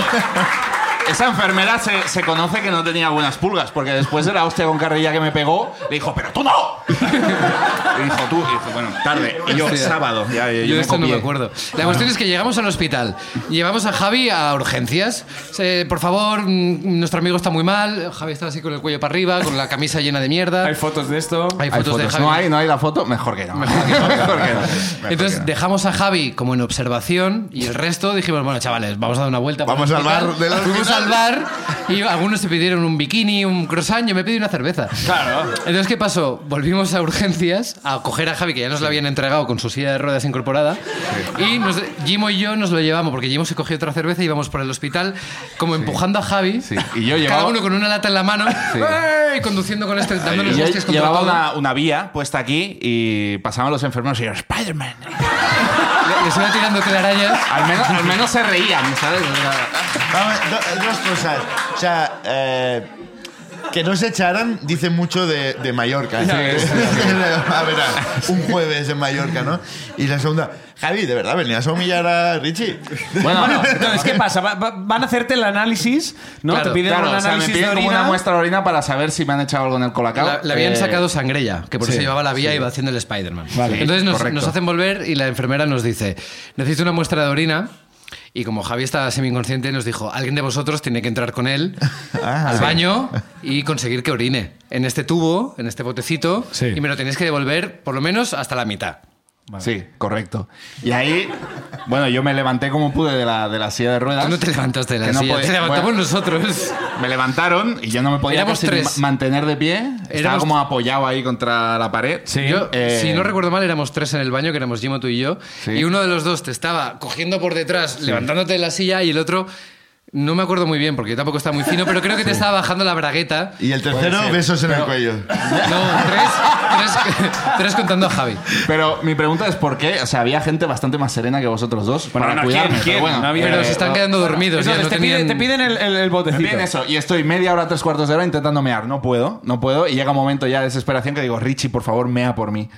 M: Esa enfermera se, se conoce que no tenía buenas pulgas, porque después de la hostia con carrilla que me pegó, le dijo, pero tú no. Y dijo, tú. Y dijo, bueno, tarde. Y yo,
C: Hostia.
M: sábado. Ya, ya, yo,
C: Yo de
M: me
C: esto no me
M: copié.
C: acuerdo. La cuestión es que llegamos al hospital, llevamos a Javi a urgencias. Eh, por favor, mm, nuestro amigo está muy mal. Javi está así con el cuello para arriba, con la camisa llena de mierda.
B: Hay fotos de esto.
C: Hay
M: Hay
C: fotos de
M: fotos.
C: Javi.
M: No hay, no hay la foto, mejor que no. Mejor que no. Mejor
C: Entonces
M: que no.
C: dejamos a Javi como en observación y el resto dijimos, bueno, chavales, vamos a dar una vuelta. por
A: Vamos
C: el
A: al
C: hospital".
A: bar del
C: Fuimos
A: hospital.
C: al bar y algunos se pidieron un bikini, un croissant, yo me pedí una cerveza.
B: Claro.
C: Entonces, ¿qué pasó? Volvimos a urgencias a coger a Javi, que ya nos la habían entregado con su silla de ruedas incorporada. Y nos, Jimo y yo nos lo llevamos, porque Jimo se cogió otra cerveza y íbamos por el hospital, como empujando a Javi.
M: Sí, y yo
C: Cada
M: llevaba-
C: uno con una lata en la mano, ¡ey! conduciendo con este,
M: Y
C: dándonos
M: yo
C: hostias contra
M: llevaba
C: todo.
M: una, una vía puesta aquí y pasaban los enfermeros y yo, Spider-Man.
C: Le- Les iba tirando telarañas.
M: Al menos, al menos se reían, ¿sabes? O sea,
A: Vamos, do- eh, dos cosas. O sea, eh, que no se echaran dice mucho de, de Mallorca. a ver, a- un jueves en Mallorca, ¿no? Y la segunda, Javi, ¿de verdad venías a humillar a Richie?
M: Bueno, no.
B: Entonces, ¿qué pasa? Va- va- van a hacerte el análisis, ¿no?
C: Claro,
B: Te piden
M: Claro,
B: un
M: o sea, me
B: análisis
M: piden
B: de
M: como
B: orina.
M: una muestra de orina para saber si me han echado algo en el colacao.
C: La- Le habían
M: Eh,
C: sacado sangre ya, que por
M: sí,
C: eso llevaba la vía y iba haciendo el Spider-Man.
M: Vale,
C: Entonces nos,
M: correcto.
C: nos hacen volver y la enfermera nos dice, necesito una muestra de orina. Y como Javi está semi-inconsciente, nos dijo, alguien de vosotros tiene que entrar con él
M: Ah,
C: al baño y conseguir que orine. En este tubo, en este botecito,
B: Sí.
C: y me lo tenéis que devolver por lo menos hasta la mitad.
M: Sí, correcto. Y ahí, bueno, yo me levanté como pude de la, de la silla de ruedas.
C: Tú no te levantaste de la
M: Que no
C: silla,
M: podía-
C: te levantamos
M: bueno.
C: nosotros.
M: Me levantaron y yo no me podía
C: Éramos
M: casi ni
C: tres.
M: ma- mantener de pie. Estaba
C: Éramos-
M: como apoyado ahí contra la pared.
B: Sí.
C: Yo,
M: Eh,
C: si no recuerdo mal, éramos tres en el baño, que éramos Jimo, tú y yo.
M: Sí.
C: Y uno de los dos te estaba cogiendo por detrás, levantándote de la silla, y el otro, no me acuerdo muy bien, porque yo tampoco estaba muy fino, pero creo que te estaba bajando la bragueta.
A: Y el tercero, besos en el cuello.
C: No, tres, tres, tres contando a Javi.
M: Pero mi pregunta es por qué. O sea, había gente bastante más serena que vosotros dos
B: Bueno,
M: para
B: no,
M: cuidarme.
B: ¿quién?
M: Pero
B: ¿quién?
M: bueno, eh,
B: No había-
C: Pero se están quedando dormidos. ya
B: Entonces,
C: no
B: te, piden,
C: tenían-
B: te piden el, el- el botecito.
M: Bien, Mm. eso. Y estoy media hora, tres cuartos de hora intentando mear. No puedo, no puedo. Y llega un momento ya de desesperación que digo, Richie, por favor, mea por mí.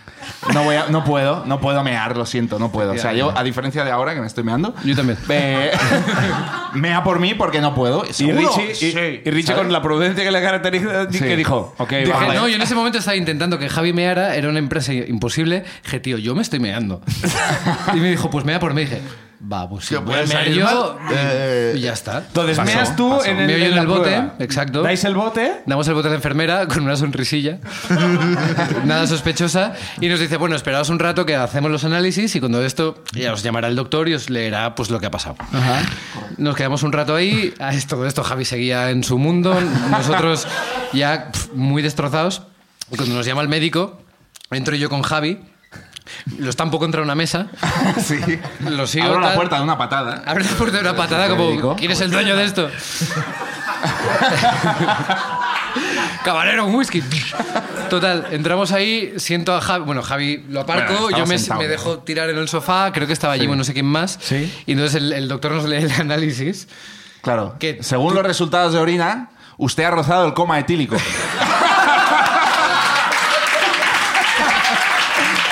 M: No, voy a- no puedo, no puedo mear, lo siento, no puedo. O sea, yo, a diferencia de ahora que me estoy meando.
C: Yo también.
M: eh, mea por mí porque no puedo.
B: Y
M: ¿Seguro?
B: Richie, y, y Richie
M: ¿Sabes?
B: con la prudencia que le caracteriza,
M: Sí.
B: que dijo, ok,
M: Dije,
B: vale.
C: Dije, no, yo en ese momento estaba intentando que Javi meara, era una empresa imposible. Dije, tío, yo me estoy meando. y me dijo, pues mea por mí. Dije, va, pues sí,
A: Tío,
C: voy a
A: puede
C: mear
A: salir
C: yo.
A: mal. Eh,
C: y ya está.
B: Entonces,
M: Pasó,
B: meas tú
M: pasó.
B: en
C: Me
B: el,
C: oyen
B: la
C: el bote,
B: prueba.
C: exacto.
B: Dais el bote.
C: Damos el bote a la enfermera con una sonrisilla, nada sospechosa, y nos dice, bueno, esperaos un rato que hacemos los análisis y cuando esto ya os llamará el doctor y os leerá pues lo que ha pasado. Nos quedamos un rato ahí, a esto, todo esto Javi seguía en su mundo, nosotros ya pf, muy destrozados, y cuando nos llama el médico, entro yo con Javi, lo estampo contra una mesa,
M: Sí.
C: Lo sigo,
M: Abro la
C: tal.
M: puerta de una patada.
C: ¿eh? abre la puerta de una patada
M: médico?
C: como, ¿quién es el dueño de esto? Caballero, un whisky. Total, entramos ahí, siento a Javi, bueno, Javi lo aparco,
M: Bueno, estaba
C: yo me,
M: sentado,
C: me
M: ¿no?
C: dejo tirar en el sofá, creo que estaba allí, no sé quién más,
M: Sí.
C: y entonces el, el doctor nos lee el análisis.
M: Claro.
C: Que
M: Según los resultados de orina, usted ha rozado el coma etílico.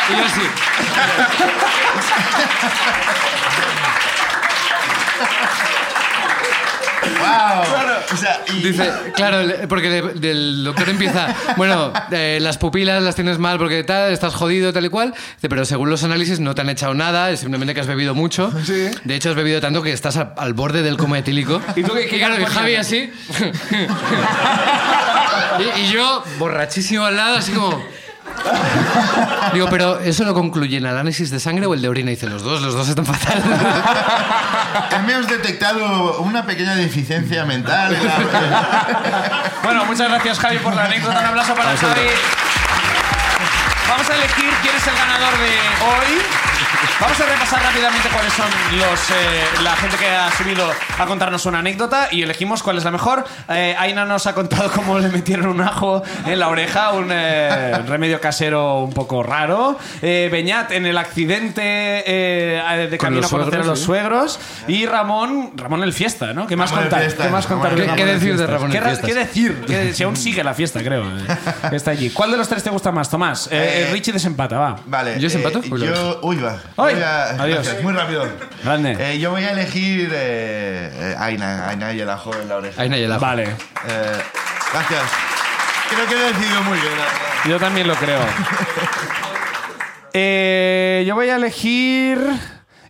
C: Y yo así.
A: o sea, y-
C: Dice, claro, le- porque le- del doctor empieza, bueno, eh, las pupilas las tienes mal porque tal, estás jodido, tal y cual. Dice, pero según los análisis no te han echado nada, es simplemente que has bebido mucho. De hecho, has bebido tanto que estás a- al borde del coma etílico.
B: ¿Y tú qué- qué
C: claro, y
B: ponías?
C: Javi así. y, y yo, borrachísimo al lado, así como. Digo, pero ¿eso lo concluye en el análisis de sangre o el de orina? Y dice, los dos, los dos están fatal.
A: hemos detectado una pequeña deficiencia mental. en la-
B: Bueno, muchas gracias, Javi, por la anécdota. Un aplauso para Javi. Vamos a elegir quién es el ganador de hoy. Vamos a repasar rápidamente cuáles son los, eh, la gente que ha subido a contarnos una anécdota y elegimos cuál es la mejor. Eh, Aina nos ha contado cómo le metieron un ajo en la oreja, un eh, remedio casero un poco raro. Eh, Beñat en el accidente eh, de
C: Con
B: camino a
C: los
B: conocer a
C: suegros,
B: los
C: sí.
B: suegros. Y Ramón, Ramón el fiesta, ¿no? ¿Qué más
A: Ramón el
B: contar?
A: Fiesta,
B: ¿Qué más
A: Ramón
B: contar?
A: el
B: de
C: ¿Qué-
B: Ramón
C: qué
B: el
C: decir de
B: Fiestas?
C: Ramón el
B: ¿Qué ra-
C: Fiestas?
B: ¿Qué decir? Que, si aún sigue la fiesta, creo. eh. Está allí. ¿Cuál de los tres te gusta más, Tomás? Eh,
A: Eh,
B: eh, Richie desempata, va.
A: Vale.
C: ¿Yo se empato?
A: eh, yo, uy, va.
B: ¡Ay!
A: Voy a-
B: Adiós.
A: Gracias, Muy rápido.
B: Grande.
A: Eh, yo voy a elegir eh, eh, Aina, Aina y el ajo en la oreja.
C: Ahí no hay el ajo.
B: Vale,
A: Eh, gracias. Creo que lo he decidido muy bien. la verdad.
B: yo también lo creo. Eh, yo voy a elegir.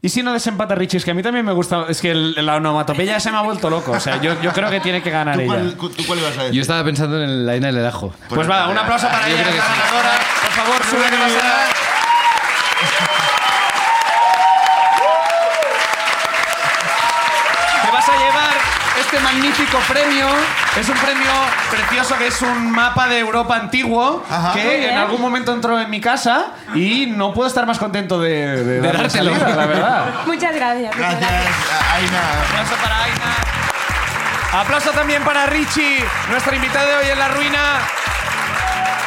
B: ¿Y si no desempata Richie? Es que a mí también me gusta. Es que el- la onomatopeya se me ha vuelto loco. O sea, yo, yo creo que tiene que ganar
A: ¿Tú
B: ella.
A: cuál, cu- ¿Tú cuál ibas a decir?
C: Yo estaba pensando en la Aina del ajo.
B: Pues nada, un aplauso para
C: Yo
B: ella,
C: creo que
B: la
C: sí.
B: ganadora. Por favor, sube que vas a dar. Te vas a llevar este magnífico premio. Es un premio precioso que es un mapa de Europa antiguo
A: Ajá. Muy
B: que en algún momento entró en mi casa y no puedo estar más contento de, de darle
C: dártelo.
B: salida, la verdad.
E: Muchas gracias. muchas
A: Gracias, Ah, Aina.
B: Aplauso para Aina. Aplauso también para Richie, nuestro invitado de hoy en La Ruina.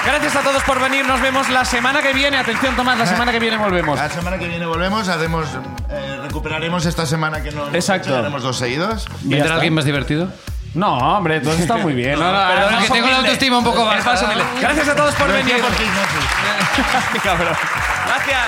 B: Gracias a todos por venir. Nos vemos la semana que viene. Atención, Tomás, la semana que viene volvemos.
A: La semana que viene volvemos, hacemos, eh, recuperaremos esta semana que no. hemos
B: Exacto.
A: hecho, Haremos dos seguidos.
B: Ya está.
C: ¿Vendrá alguien más divertido?
B: No, hombre, todo está muy bien. No, no,
C: Perdón,
B: no,
C: que
B: es
C: tengo la
B: humilde.
C: autoestima un poco
B: Es más
C: baja.
B: humilde. Gracias a todos por
A: Lo decía
B: venir.
A: por Kiss Message.
B: Cabrón. Gracias.